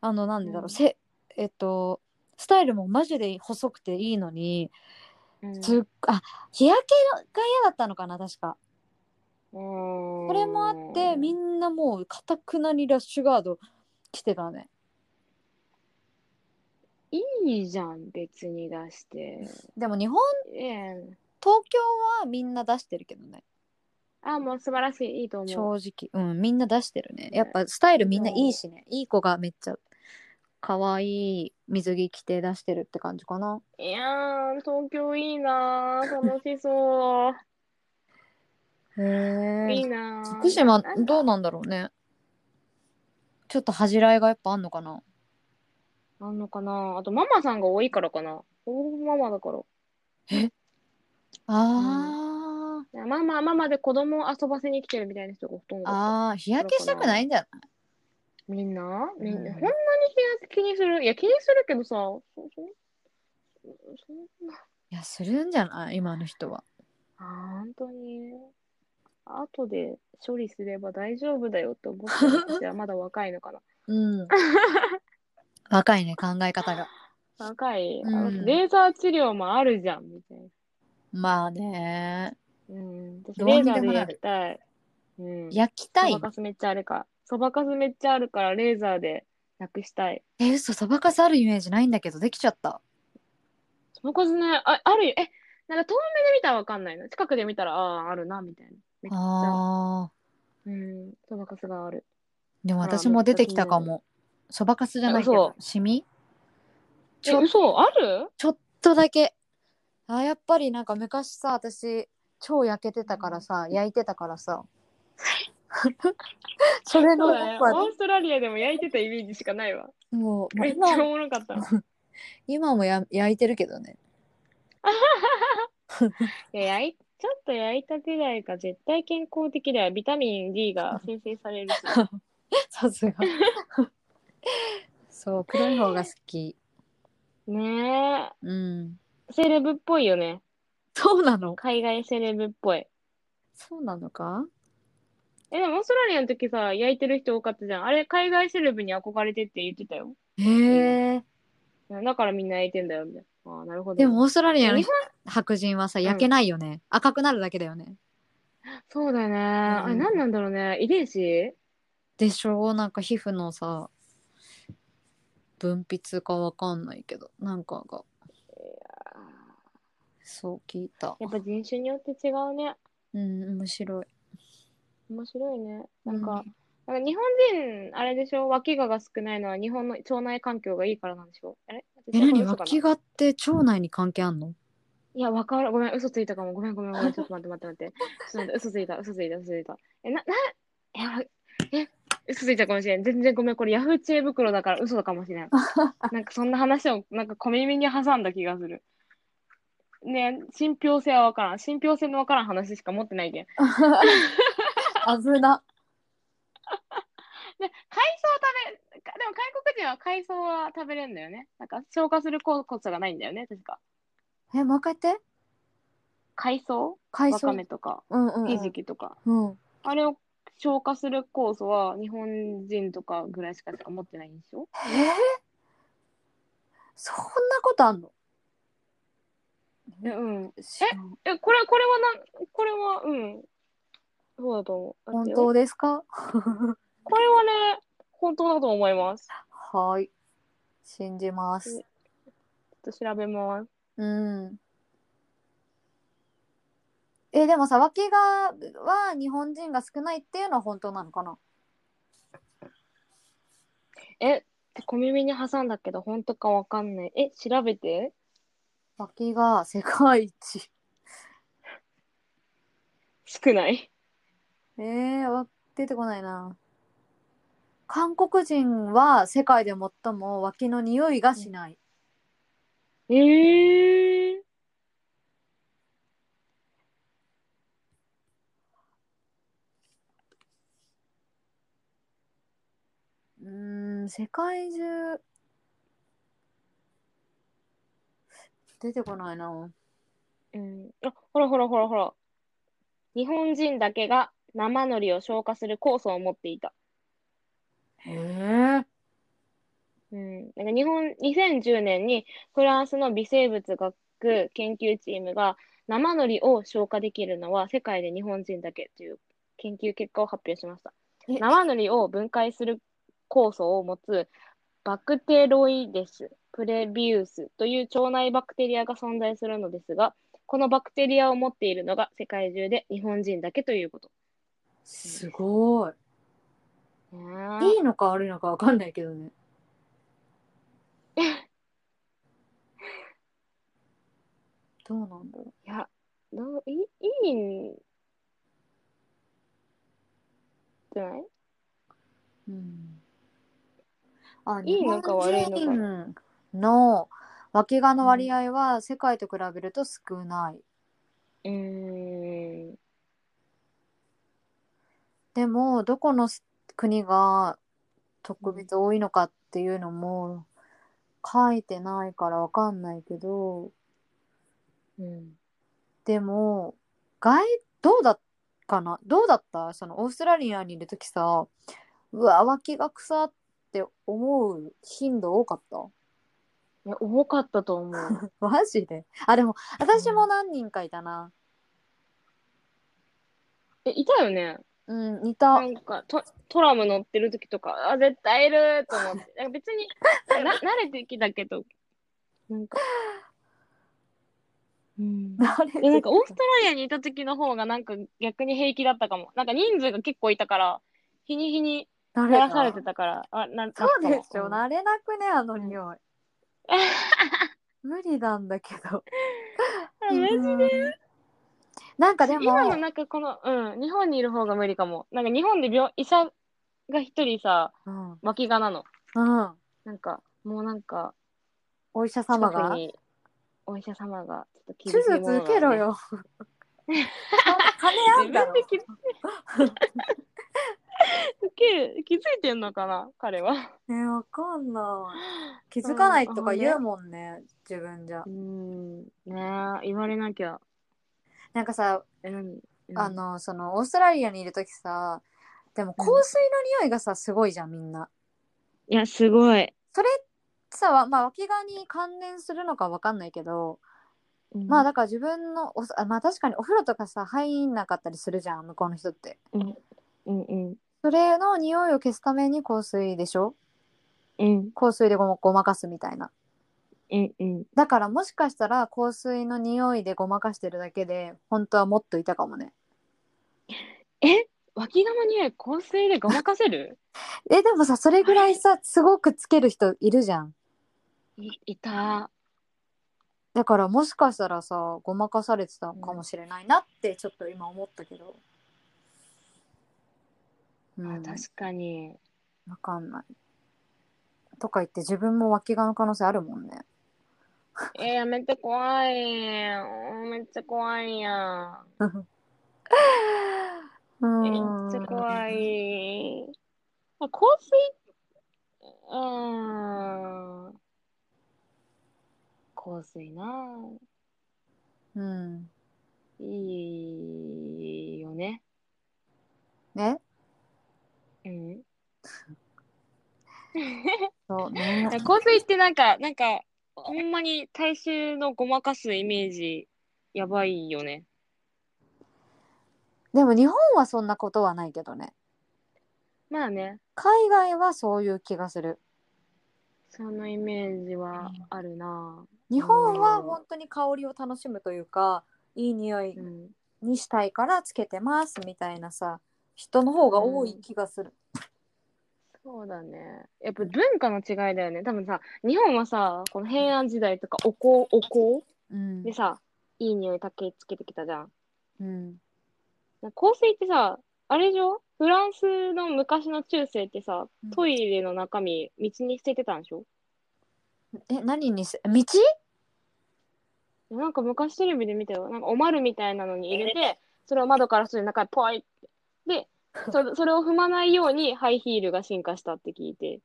Speaker 3: あの、なんでだろう、
Speaker 2: うん
Speaker 3: せ、えっと、スタイルもマジで細くていいのに、
Speaker 2: うん、
Speaker 3: すっあ、日焼けが嫌だったのかな、確か。
Speaker 2: こ
Speaker 3: それもあって、み
Speaker 2: な。
Speaker 3: んなもう、かたくなにラッシュガード着てたね。
Speaker 2: いいじゃん、別に出して。
Speaker 3: でも日本、
Speaker 2: ええ
Speaker 3: 東京はみんな出してるけどね。
Speaker 2: あー、もう素晴らしい、いいと思う。
Speaker 3: 正直うんみんな出してるねやっぱスタイルみんないいしねいい子がめっちゃ可愛い水着着て出してるって感じかない
Speaker 2: やー、東京いいなー、楽しそう。
Speaker 3: へ
Speaker 2: いい
Speaker 3: え
Speaker 2: なー。
Speaker 3: 福島
Speaker 2: なんか
Speaker 3: どうなんだろうねちょっと恥じらいがやっぱあんのかな
Speaker 2: なんのかなあと、ママさんが多いからかな。大ママだから。
Speaker 3: あー、
Speaker 2: ママ、ママで子供を遊ばせに来てるみたいな人がほとんどだった。
Speaker 3: あー日焼けしたくないんじゃない
Speaker 2: みんなみんな、
Speaker 3: うん
Speaker 2: ほんなに気気にするいや、気にするけどさ、そそそそんな。
Speaker 3: いやするんじゃない今の人は
Speaker 2: あー、本当に。後で処理すれば大丈夫だよって思ってる私はまだ若い のかな。
Speaker 3: うん若いね考え方が
Speaker 2: 若い、
Speaker 3: うん
Speaker 2: あのレーザー治療もあるじゃん、みたいな。
Speaker 3: まあね
Speaker 2: うん。私
Speaker 3: どう
Speaker 2: レー
Speaker 3: に
Speaker 2: ザ
Speaker 3: で
Speaker 2: ー
Speaker 3: も
Speaker 2: で
Speaker 3: な
Speaker 2: や
Speaker 3: る
Speaker 2: りたい。うん。
Speaker 3: 焼きた
Speaker 2: そ
Speaker 3: い
Speaker 2: ばかすめっちゃあるから。そばかすめっちゃあるから、レーザーでなくしたい。
Speaker 3: え、嘘、そばかすあるイメージないんだけど、できちゃった。
Speaker 2: そばかすね、ああるよ。え、なんか遠目で見たらわかんないな。近くで見たら、ああ、あるな、みたいな。めっちゃ。
Speaker 3: ああ。
Speaker 2: うん、そばかすがある。
Speaker 3: でも私も出てきたかも。そばかすじゃないけ
Speaker 2: あ
Speaker 3: ど
Speaker 2: そ、
Speaker 3: シミ
Speaker 2: え、
Speaker 3: ちょ
Speaker 2: 嘘ある
Speaker 3: ちょっとだけ。あ、やっぱりなんか昔さ、私、超焼けてたからさ、焼いてたからさ。 それ
Speaker 2: そう
Speaker 3: の、
Speaker 2: だ
Speaker 3: や
Speaker 2: ね。
Speaker 3: っ
Speaker 2: オ
Speaker 3: ぱ
Speaker 2: ーストラリアでも焼いてたイメージしかないわ。
Speaker 3: もう、もう
Speaker 2: めっち
Speaker 3: 今
Speaker 2: ゃおもろ かった。
Speaker 3: 今もや焼いてるけど ね。
Speaker 2: いや焼いちょっと焼いたぐらいが絶対健康的だよ。ビタミン D が生成されるし。
Speaker 3: さすが。そう、黒い方が好き。
Speaker 2: ね
Speaker 3: うん。
Speaker 2: え。セレブっぽいよね。
Speaker 3: そうなの
Speaker 2: 海外セレブっぽい。
Speaker 3: そうなのか
Speaker 2: え、でもオーストラリアの時さ、焼いてる人多かったじゃん。あれ、海外セレブに憧れてって言ってたよ。
Speaker 3: へえ。
Speaker 2: だからみんな焼いてんだよ、みたいな。ああ、なるほど。
Speaker 3: でも、オーストラリアの
Speaker 2: 日本
Speaker 3: 白人はさ、
Speaker 2: ん
Speaker 3: 焼けないよね。赤くなるだけだよね。
Speaker 2: そうだよね。あれ、何なんだろうね。遺伝子
Speaker 3: でしょなんか皮膚のさ、分泌かわかんないけど、なんかが、そう聞いた。
Speaker 2: やっぱ人種によって違うね。
Speaker 3: うん、面白い。
Speaker 2: 面白いね。
Speaker 3: う
Speaker 2: なんか、なんか日本人、あれでしょ脇がが少ないのは日本の腸内環境がいいからなんでしょあれ私
Speaker 3: え、何
Speaker 2: これ嘘かな
Speaker 3: 脇がって腸内に関係あん の
Speaker 2: いや、わからん。ごめん、嘘ついたかも。ごめん、ごめん、ごめん。ちょっと待って、待って、待って。ちょっと待って、嘘ついた、嘘ついた、嘘ついた。え、な、な、え、わえ、嘘ついたかもしれん。全然ごめん、これヤフー知恵袋だから嘘かもし れん。なんかそんな話を、なんか小耳に挟んだ気がする。ね信憑性はわからん。信憑性のわからん話しか持ってないけん。
Speaker 3: 危な。
Speaker 2: で、海藻食べ、かでも外国人は海藻は食べれるんだよね。なんか消化するここ素がないんだよね、確か。
Speaker 3: え、もう一回言って。
Speaker 2: 海藻
Speaker 3: 海
Speaker 2: わかめ
Speaker 3: 藻。
Speaker 2: とか、
Speaker 3: うんうん
Speaker 2: ひじきとか。
Speaker 3: うん。うん。
Speaker 2: あれを消化する酵素は日本人とかぐらいしか持ってないんでしょ
Speaker 3: えー、そんなことあんの
Speaker 2: え、うん。
Speaker 3: 知らん
Speaker 2: え、これ、これはな、これは、うん。そうだと思う。
Speaker 3: 本
Speaker 2: だって
Speaker 3: 当ですか
Speaker 2: これはね、本当だと思います。
Speaker 3: はい。信じます。
Speaker 2: ちょっと調べます。
Speaker 3: うん。え、でもさ、脇がは日本人が少ないっていうのは本当なのかな
Speaker 2: え、小耳に挟んだけど、本当かわかんない。え、調べて。
Speaker 3: 脇が世界一。
Speaker 2: 少ない。
Speaker 3: えー、わ出てこないな。韓国人は世界で最も脇の匂いがしない。
Speaker 2: えー。
Speaker 3: うーん、世界中出てこないな。
Speaker 2: うん。あ、ほらほらほらほら。日本人だけが生海苔を消化する酵素を持っていた。
Speaker 3: へえ。
Speaker 2: うん、なんか日本、2010年にフランスの微生物学研究チームが生海苔を消化できるのは世界で日本人だけという研究結果を発表しました。
Speaker 3: え
Speaker 2: 生海苔を分解する酵素を持つバクテロイデス・プレビウスという腸内バクテリアが存在するのですが、このバクテリアを持っているのが世界中で日本人だけということ。
Speaker 3: すごい。
Speaker 2: ねえ
Speaker 3: いいのか悪いのかわかんないけどね。 どうなんだろ。
Speaker 2: いや、どう、いい、いいんじゃないう
Speaker 3: うん。あ、
Speaker 2: いいのか悪いのか
Speaker 3: 日本人の脇がの割合は世界と比べると少ない。
Speaker 2: うーん。
Speaker 3: でもどこのす国が特別多いのかっていうのも書いてないからわかんないけど
Speaker 2: うん。
Speaker 3: でも外どうだかなどうだったそのオーストラリアにいる時さうわ脇が草って思う頻度多かった
Speaker 2: いや、多かったと思 う。
Speaker 3: マジであでも私も何人かいたな、
Speaker 2: え、いたよね。
Speaker 3: うん、似た
Speaker 2: な。んかトトラム乗ってる時とかあ絶対いると思ってなんか別 にな慣れてきたけどなんかうんいやなんかオーストラリアにいた時の方がなんか逆に平気だったかもなんか人数が結構いたから日に日に
Speaker 3: 慣
Speaker 2: 減らされてたからあなんか
Speaker 3: そうでしょ、
Speaker 2: ん
Speaker 3: 慣れなくね、あの匂い。 無理なんだけど。
Speaker 2: あマジ
Speaker 3: でなんかでも、
Speaker 2: 今のなんかこのうん日本にいる方が無理かもなんか日本で病医者が一人さ
Speaker 3: うん、
Speaker 2: 巻きがなの
Speaker 3: うん、
Speaker 2: なんかもうなんか
Speaker 3: お医者
Speaker 2: 近
Speaker 3: 様
Speaker 2: く
Speaker 3: が。
Speaker 2: にお医者様がちょっと
Speaker 3: 手
Speaker 2: 厳しい
Speaker 3: 術
Speaker 2: ものなん
Speaker 3: 受
Speaker 2: で
Speaker 3: けろよ。金あんだろ。
Speaker 2: 自分で気づける気づいてんのかな彼は
Speaker 3: ね、わかんない。気づかないとか言うもんね、自分じゃ
Speaker 2: う。んねえ言われなきゃ
Speaker 3: なんかさ、
Speaker 2: え何
Speaker 3: あの、その、オーストラリアにいるときさ、でも香水の匂いがさ、すごいじゃん、みんな。
Speaker 2: いやすごい、
Speaker 3: それさは、まあ、脇がに関連するのかわかんないけど、まあだから自分のおあまあ確かにお風呂とかさ入んなかったりするじゃん向こうの人って
Speaker 2: うんうん
Speaker 3: それの匂いを消すために香水でしょ
Speaker 2: うん
Speaker 3: 香水でごまごまかすみたいな
Speaker 2: うんうん
Speaker 3: だからもしかしたら香水の匂いでごまかしてるだけで本当はもっといたかもね
Speaker 2: え脇がの匂い香水でごまかせる
Speaker 3: えでもさそれぐらいさすごくつける人いるじゃん
Speaker 2: いいた
Speaker 3: だからもしかしたらさごまかされてたのかもしれないなってちょっと今思ったけど、う
Speaker 2: あ
Speaker 3: ん、
Speaker 2: 確かに
Speaker 3: わかんない。とか言って自分も脇がの可能性あるもんね。
Speaker 2: えー、やめて怖いうんめっちゃ怖いやん
Speaker 3: う
Speaker 2: え
Speaker 3: ん
Speaker 2: めっちゃ怖い。あ香水うーん。香水なぁ
Speaker 3: うん。
Speaker 2: いいよね。
Speaker 3: ね。
Speaker 2: うん。
Speaker 3: そうね。
Speaker 2: 香水ってなんか、なんか、ほんまに大衆のごまかすイメージ、やばいよね。
Speaker 3: でも日本はそんなことはないけどね。
Speaker 2: まあね、
Speaker 3: 海外はそういう気がする。
Speaker 2: そのイメージはあるな
Speaker 3: 日本は本当に香りを楽しむというか、いい匂い
Speaker 2: ぁうん。
Speaker 3: にしたいからつけてますみたいなさ、人の方が多い気がする。
Speaker 2: そうだね。やっぱ文化の違いだよね。多分さ、日本はさ、この平安時代とかお香、お香
Speaker 3: うん
Speaker 2: で。さ、いい匂いだけつけてきたじゃん。
Speaker 3: うん。
Speaker 2: なんか香水ってさ、あれでしょフランスの昔の中世ってさ
Speaker 3: うん、
Speaker 2: トイレの中身、道に捨ててたんでしょ、
Speaker 3: え、何にせ、道
Speaker 2: なんか昔テレビで見たよ。なんかおまるみたいなのに入れて、それを窓からする中でポイって。で、そ それを踏まないようにハイヒールが進化したって聞いて。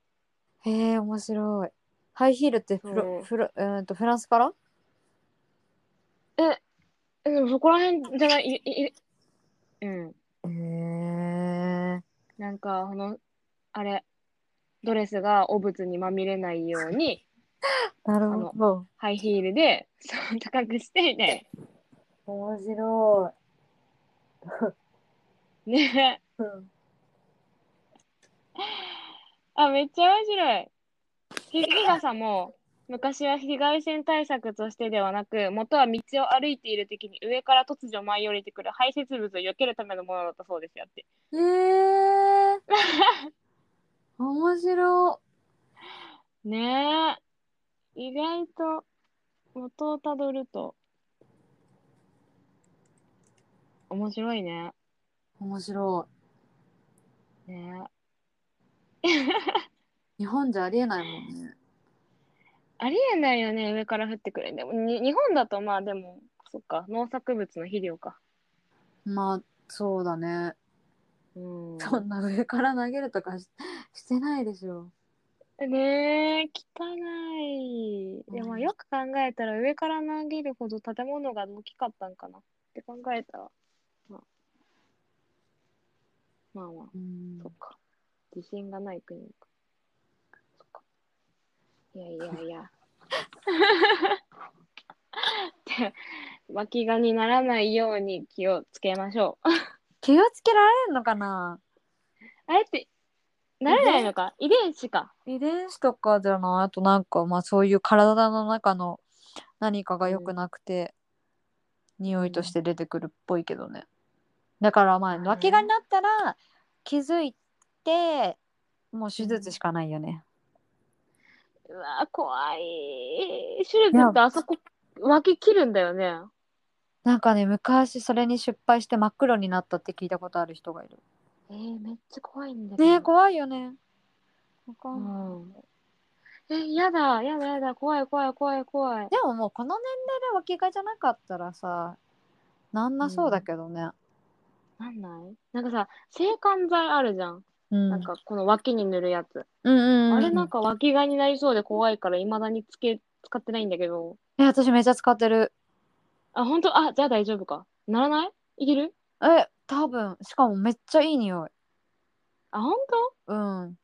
Speaker 3: へえ、面白い。ハイヒールってフ
Speaker 2: そ
Speaker 3: ロ
Speaker 2: う
Speaker 3: フロうーんとフランスから
Speaker 2: えでもそこら辺じゃない、いいいうん。
Speaker 3: へえ。
Speaker 2: なんか、あの、あれ、ドレスが汚物にまみれないように、
Speaker 3: なる
Speaker 2: ほ
Speaker 3: ど。
Speaker 2: ハイヒールで、そう、高くして、みたい
Speaker 3: 面白
Speaker 2: な。ね
Speaker 3: い。うん、
Speaker 2: あ、めっちゃ面白い。ひ日傘も、昔は紫外線対策としてではなく、元は道を歩いている時に上から突如舞い降りてくる排泄物を避けるためのものだったそうですよって。
Speaker 3: ええ面白
Speaker 2: ねえ。意外と、元をたどると、面白いね。
Speaker 3: い。面白
Speaker 2: ねえ。
Speaker 3: い。日本じゃありえないもんね。
Speaker 2: ありえないよね、上から降ってくる。でも、に日本だとまあでも、そっか、農作物の肥料か。
Speaker 3: まあ、そうだね。
Speaker 2: うん。
Speaker 3: そんな上から投げるとかししてないでしょ。
Speaker 2: ねえ、汚い。で
Speaker 3: う
Speaker 2: も
Speaker 3: ん
Speaker 2: よく考えたら、上から投げるほど建物が大きかったんかなって考えたら、まあ、まあまあ、
Speaker 3: うん
Speaker 2: そっか。自信がない国か。そっか。いやいやいや。 って、巻きがにならないように気をつけましょう。
Speaker 3: 気をつけられるのかな
Speaker 2: あれって、なれないのか遺伝子か。
Speaker 3: 遺伝子とかじゃないあとなんかまあそういう体の中の何かが良くなくて、匂いとして出てくるっぽいけどねだからまあ
Speaker 2: うん
Speaker 3: わけがになったら気づいてもう手術しかないよね、
Speaker 2: うわ、怖い。手術ってあそこ、脇切るんだよね。
Speaker 3: なんかね昔それに失敗して真っ黒になったって聞いたことある人がいる
Speaker 2: えー、めっちゃ怖いんだけど。
Speaker 3: ねえ怖いよねわかんない
Speaker 2: え、やだ、やだ、やだ、怖い、怖い、怖い、怖い。
Speaker 3: でももうこの年齢で脇がじゃなかったらさなんなそうだけどね、
Speaker 2: なんないなんかさ、制汗剤あるじゃん。
Speaker 3: うん、
Speaker 2: なんか、この脇に塗るやつ。
Speaker 3: うんうんうん
Speaker 2: あれなんか脇がになりそうで怖いから、いまだにつけ、使ってないんだけど。
Speaker 3: え私めっちゃ使ってる
Speaker 2: あ、ほんとあ、じゃあ大丈夫か。ならないいける
Speaker 3: え多分しかもめっちゃいい匂い
Speaker 2: あ、ほん
Speaker 3: うん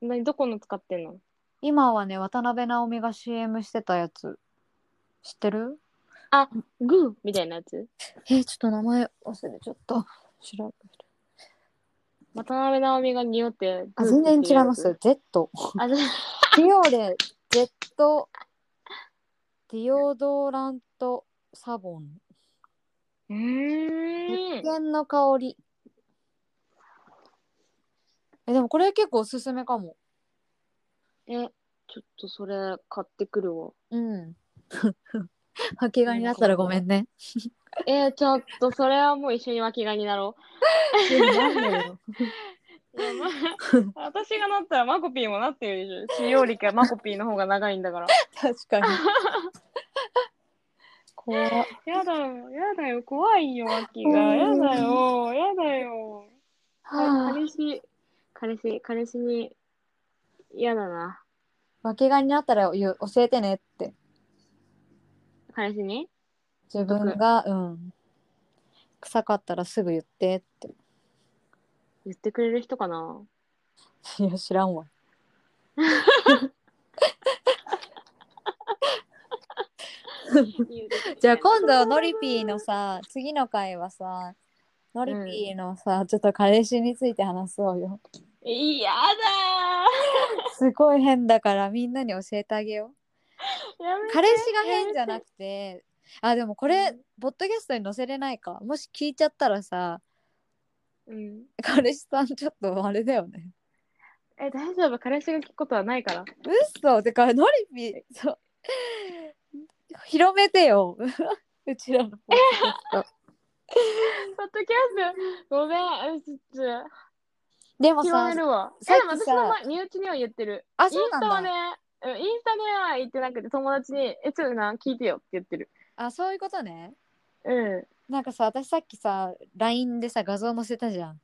Speaker 2: となに、どこの使ってんの
Speaker 3: 今はね渡辺直美が CM してたやつ知ってる
Speaker 2: グーみたいなやつ
Speaker 3: えちょっと名前忘れちゃった調べる
Speaker 2: 渡辺直美が匂って。
Speaker 3: あ
Speaker 2: グーって
Speaker 3: 全然違い
Speaker 2: 言
Speaker 3: ま
Speaker 2: うやつ
Speaker 3: す。Z
Speaker 2: あ、じゃ
Speaker 3: ディオレ Z ディオドラントサボン
Speaker 2: うーん
Speaker 3: 石。鹸の香りえでもこれ結構おすすめかも
Speaker 2: え、ちょっとそれ買ってくるわ。
Speaker 3: うん 履きがになったらごめんね
Speaker 2: えー、ちょっとそれはもう一緒に脇がにな ろう。いやまあ私がなったらマコピーもなってるでしょ。しおりかマコピーの方が長いんだから。
Speaker 3: 確かに怖っ
Speaker 2: やだよ、やだよ、怖いよ、脇
Speaker 3: う
Speaker 2: が。
Speaker 3: ん
Speaker 2: やだよ、やだよ。
Speaker 3: はあ
Speaker 2: 彼氏、彼氏、彼氏に、嫌だな。
Speaker 3: 負けがになったら言う教えてねって
Speaker 2: 彼氏に
Speaker 3: 自分がうん臭かったらすぐ言ってって
Speaker 2: 言ってくれる人かな。
Speaker 3: いや知らんわ じゃあ今度ノリピーのさ次の回はさノリピーのさ、ちょっと彼氏について話そうよ
Speaker 2: いやだ
Speaker 3: すごい変だからみんなに教えてあげよう
Speaker 2: ーやめて
Speaker 3: 彼氏が変じゃなくてあでもこれポッドキャストに載せれないかもし聞いちゃったらさ
Speaker 2: うん。
Speaker 3: 彼氏さんちょっとあれだよね
Speaker 2: え、大丈夫、彼氏が聞くことはないから。
Speaker 3: 嘘てかノリピーそう広めてよ うちらのポッドキャスト
Speaker 2: ポッドキャスト、ごめん、うつつ。
Speaker 3: でも
Speaker 2: 決
Speaker 3: さ
Speaker 2: まるわ。え、
Speaker 3: さっ
Speaker 2: で
Speaker 3: き
Speaker 2: も
Speaker 3: さ
Speaker 2: 私の前身内には言ってる。
Speaker 3: あ
Speaker 2: イン
Speaker 3: そう
Speaker 2: ス
Speaker 3: なん
Speaker 2: タは
Speaker 3: だ、
Speaker 2: ね、うんインスタでは言ってなくて、友達に、え、ちょっとな、聞いてよって言ってる。
Speaker 3: あそういうことね
Speaker 2: うん。
Speaker 3: なんかさ私さっきさ LINE でさ画像載せたじゃん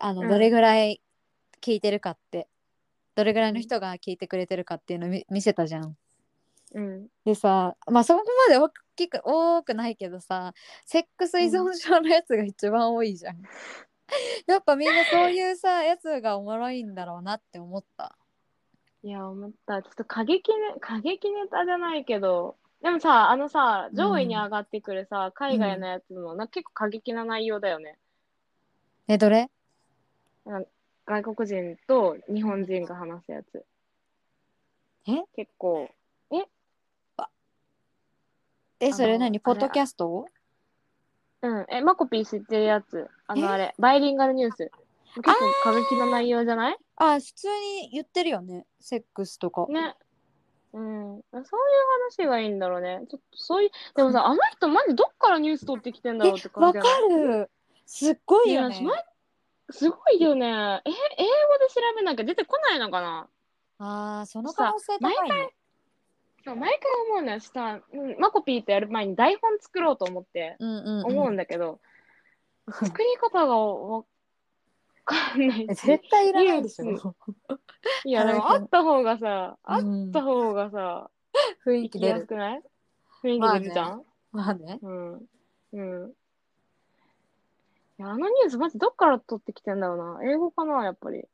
Speaker 3: あの、
Speaker 2: うん
Speaker 3: どれぐらい聞いてるかってどれぐらいの人が聞いてくれてるかっていうの見見せたじゃん
Speaker 2: うん。
Speaker 3: でさまあそこまで大きく多くないけどさセックス依存症のやつが一番多いじゃん、 やっぱみんなそういうさやつがおもろいんだろうなって思った
Speaker 2: いや、思った。ちょっと過激ね、過激ネタじゃないけど、でもさ、あのさ、上位に上がってくるさ、海外のやつも、な結構過激な内容だよね。
Speaker 3: えどれ
Speaker 2: 外国人と日本人が話すやつ。
Speaker 3: え
Speaker 2: 結構。
Speaker 3: えそ
Speaker 2: あ
Speaker 3: れ
Speaker 2: の
Speaker 3: 何
Speaker 2: あ
Speaker 3: ポ
Speaker 2: れ
Speaker 3: ッドキャスト
Speaker 2: うん。え、マコピー知ってるやつ。あの、あれ、バイリンガルニュース。結構過激な内容じゃない
Speaker 3: あ普通に言ってるよねセックスとか、
Speaker 2: ね。うん、そういう話がいいんだろうね。ちょっとそういう、でもさ、あの人、マジどっからニュース取ってきてんだ
Speaker 3: え
Speaker 2: ろうって感
Speaker 3: わ
Speaker 2: じ
Speaker 3: か
Speaker 2: じゃない
Speaker 3: るすっごいよ
Speaker 2: ね
Speaker 3: ね
Speaker 2: えマジすごいよね。え、英語で調べなきゃ出てこないのかな
Speaker 3: ああその
Speaker 2: さ
Speaker 3: 可能性高いね
Speaker 2: そう毎回思うのよ。さ、うんマコピーとやる前に台本作ろうと思って
Speaker 3: うんうん、うん、
Speaker 2: 思うんだけ ど、作り方がわかんないし。
Speaker 3: 絶対い
Speaker 2: ら
Speaker 3: らな
Speaker 2: な
Speaker 3: いいで
Speaker 2: でし
Speaker 3: し
Speaker 2: ょ
Speaker 3: ょ。
Speaker 2: いや、でもあった方がさ、あった方がさ、
Speaker 3: 雰
Speaker 2: 行
Speaker 3: 囲気
Speaker 2: き
Speaker 3: 出
Speaker 2: やす
Speaker 3: る。
Speaker 2: くない雰囲
Speaker 3: ま
Speaker 2: 気
Speaker 3: あ
Speaker 2: 出
Speaker 3: ね
Speaker 2: るじゃん
Speaker 3: まあね。
Speaker 2: うんうん。いや、あのニュースマジどっから取ってきてんだろうな。英語かな、やっぱり。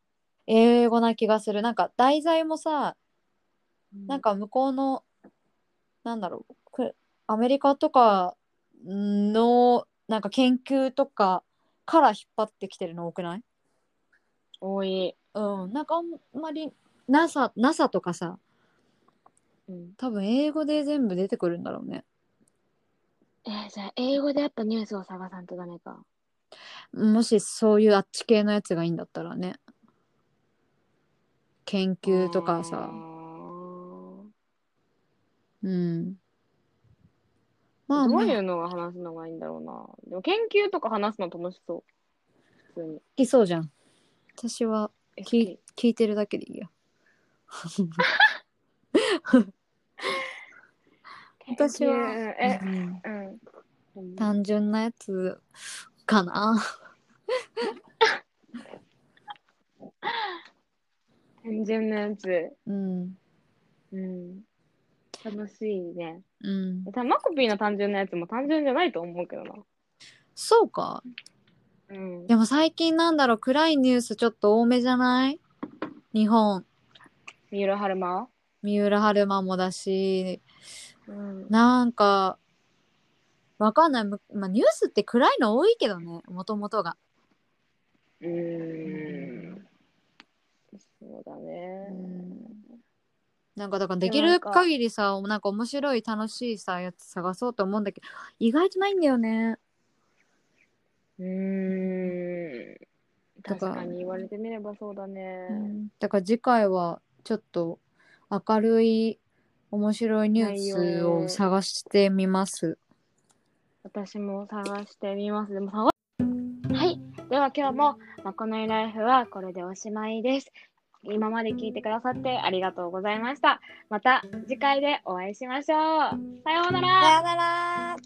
Speaker 3: 英語な気がする。なんか題材もさ、なん
Speaker 2: か、
Speaker 3: か向こうの、なんだろう、くアメリカとかのなんか研究とかから引っ張ってきてるの多くない
Speaker 2: 多い。
Speaker 3: うん、なんかあんまり NASA, NASA とかさ
Speaker 2: うん、
Speaker 3: 多分英語で全部出てくるんだろうね。
Speaker 2: えーじゃあ、英語であったニュースを探さんとダメか。
Speaker 3: もしそういうあっち系のやつがいいんだったらね研究とかさ
Speaker 2: あー
Speaker 3: うんまあ
Speaker 2: ど
Speaker 3: ま
Speaker 2: うい
Speaker 3: あ
Speaker 2: うのが話すのがいいんだろうな。でも研究とか話すの楽しそう。普通に。
Speaker 3: きそうじゃん私は
Speaker 2: え
Speaker 3: 聞い聞いてるだけでいいよ私は
Speaker 2: 研究え
Speaker 3: う、ん
Speaker 2: うん。
Speaker 3: 単純なやつかな
Speaker 2: 単純なやつ。
Speaker 3: うん
Speaker 2: うん。楽しいね。
Speaker 3: うん
Speaker 2: たマコピーの単純なやつも単純じゃないと思うけどな。
Speaker 3: そうか
Speaker 2: うん。
Speaker 3: でも最近なんだろう暗いニュースちょっと多めじゃない日本
Speaker 2: 三浦春馬
Speaker 3: 三浦春馬もだし
Speaker 2: うん。
Speaker 3: なんかわかんない、むまあ、ニュースって暗いの多いけどねもともとが、
Speaker 2: うん。そうだね。
Speaker 3: なんかだからできる限りさなんか面白い楽しいさやつ探そうと思うんだけど意外とないんだよね
Speaker 2: うん。
Speaker 3: だ
Speaker 2: 確
Speaker 3: から
Speaker 2: かに言われてみればそうだね。
Speaker 3: だから次回はちょっと明るい面白いニュースを探してみます
Speaker 2: 私も探してみます。でも探はい。では今日も、まこのいライフはこれでおしまいです。今まで聞いてくださってありがとうございました。また次回でお会いしましょう。さようなら。
Speaker 1: うなら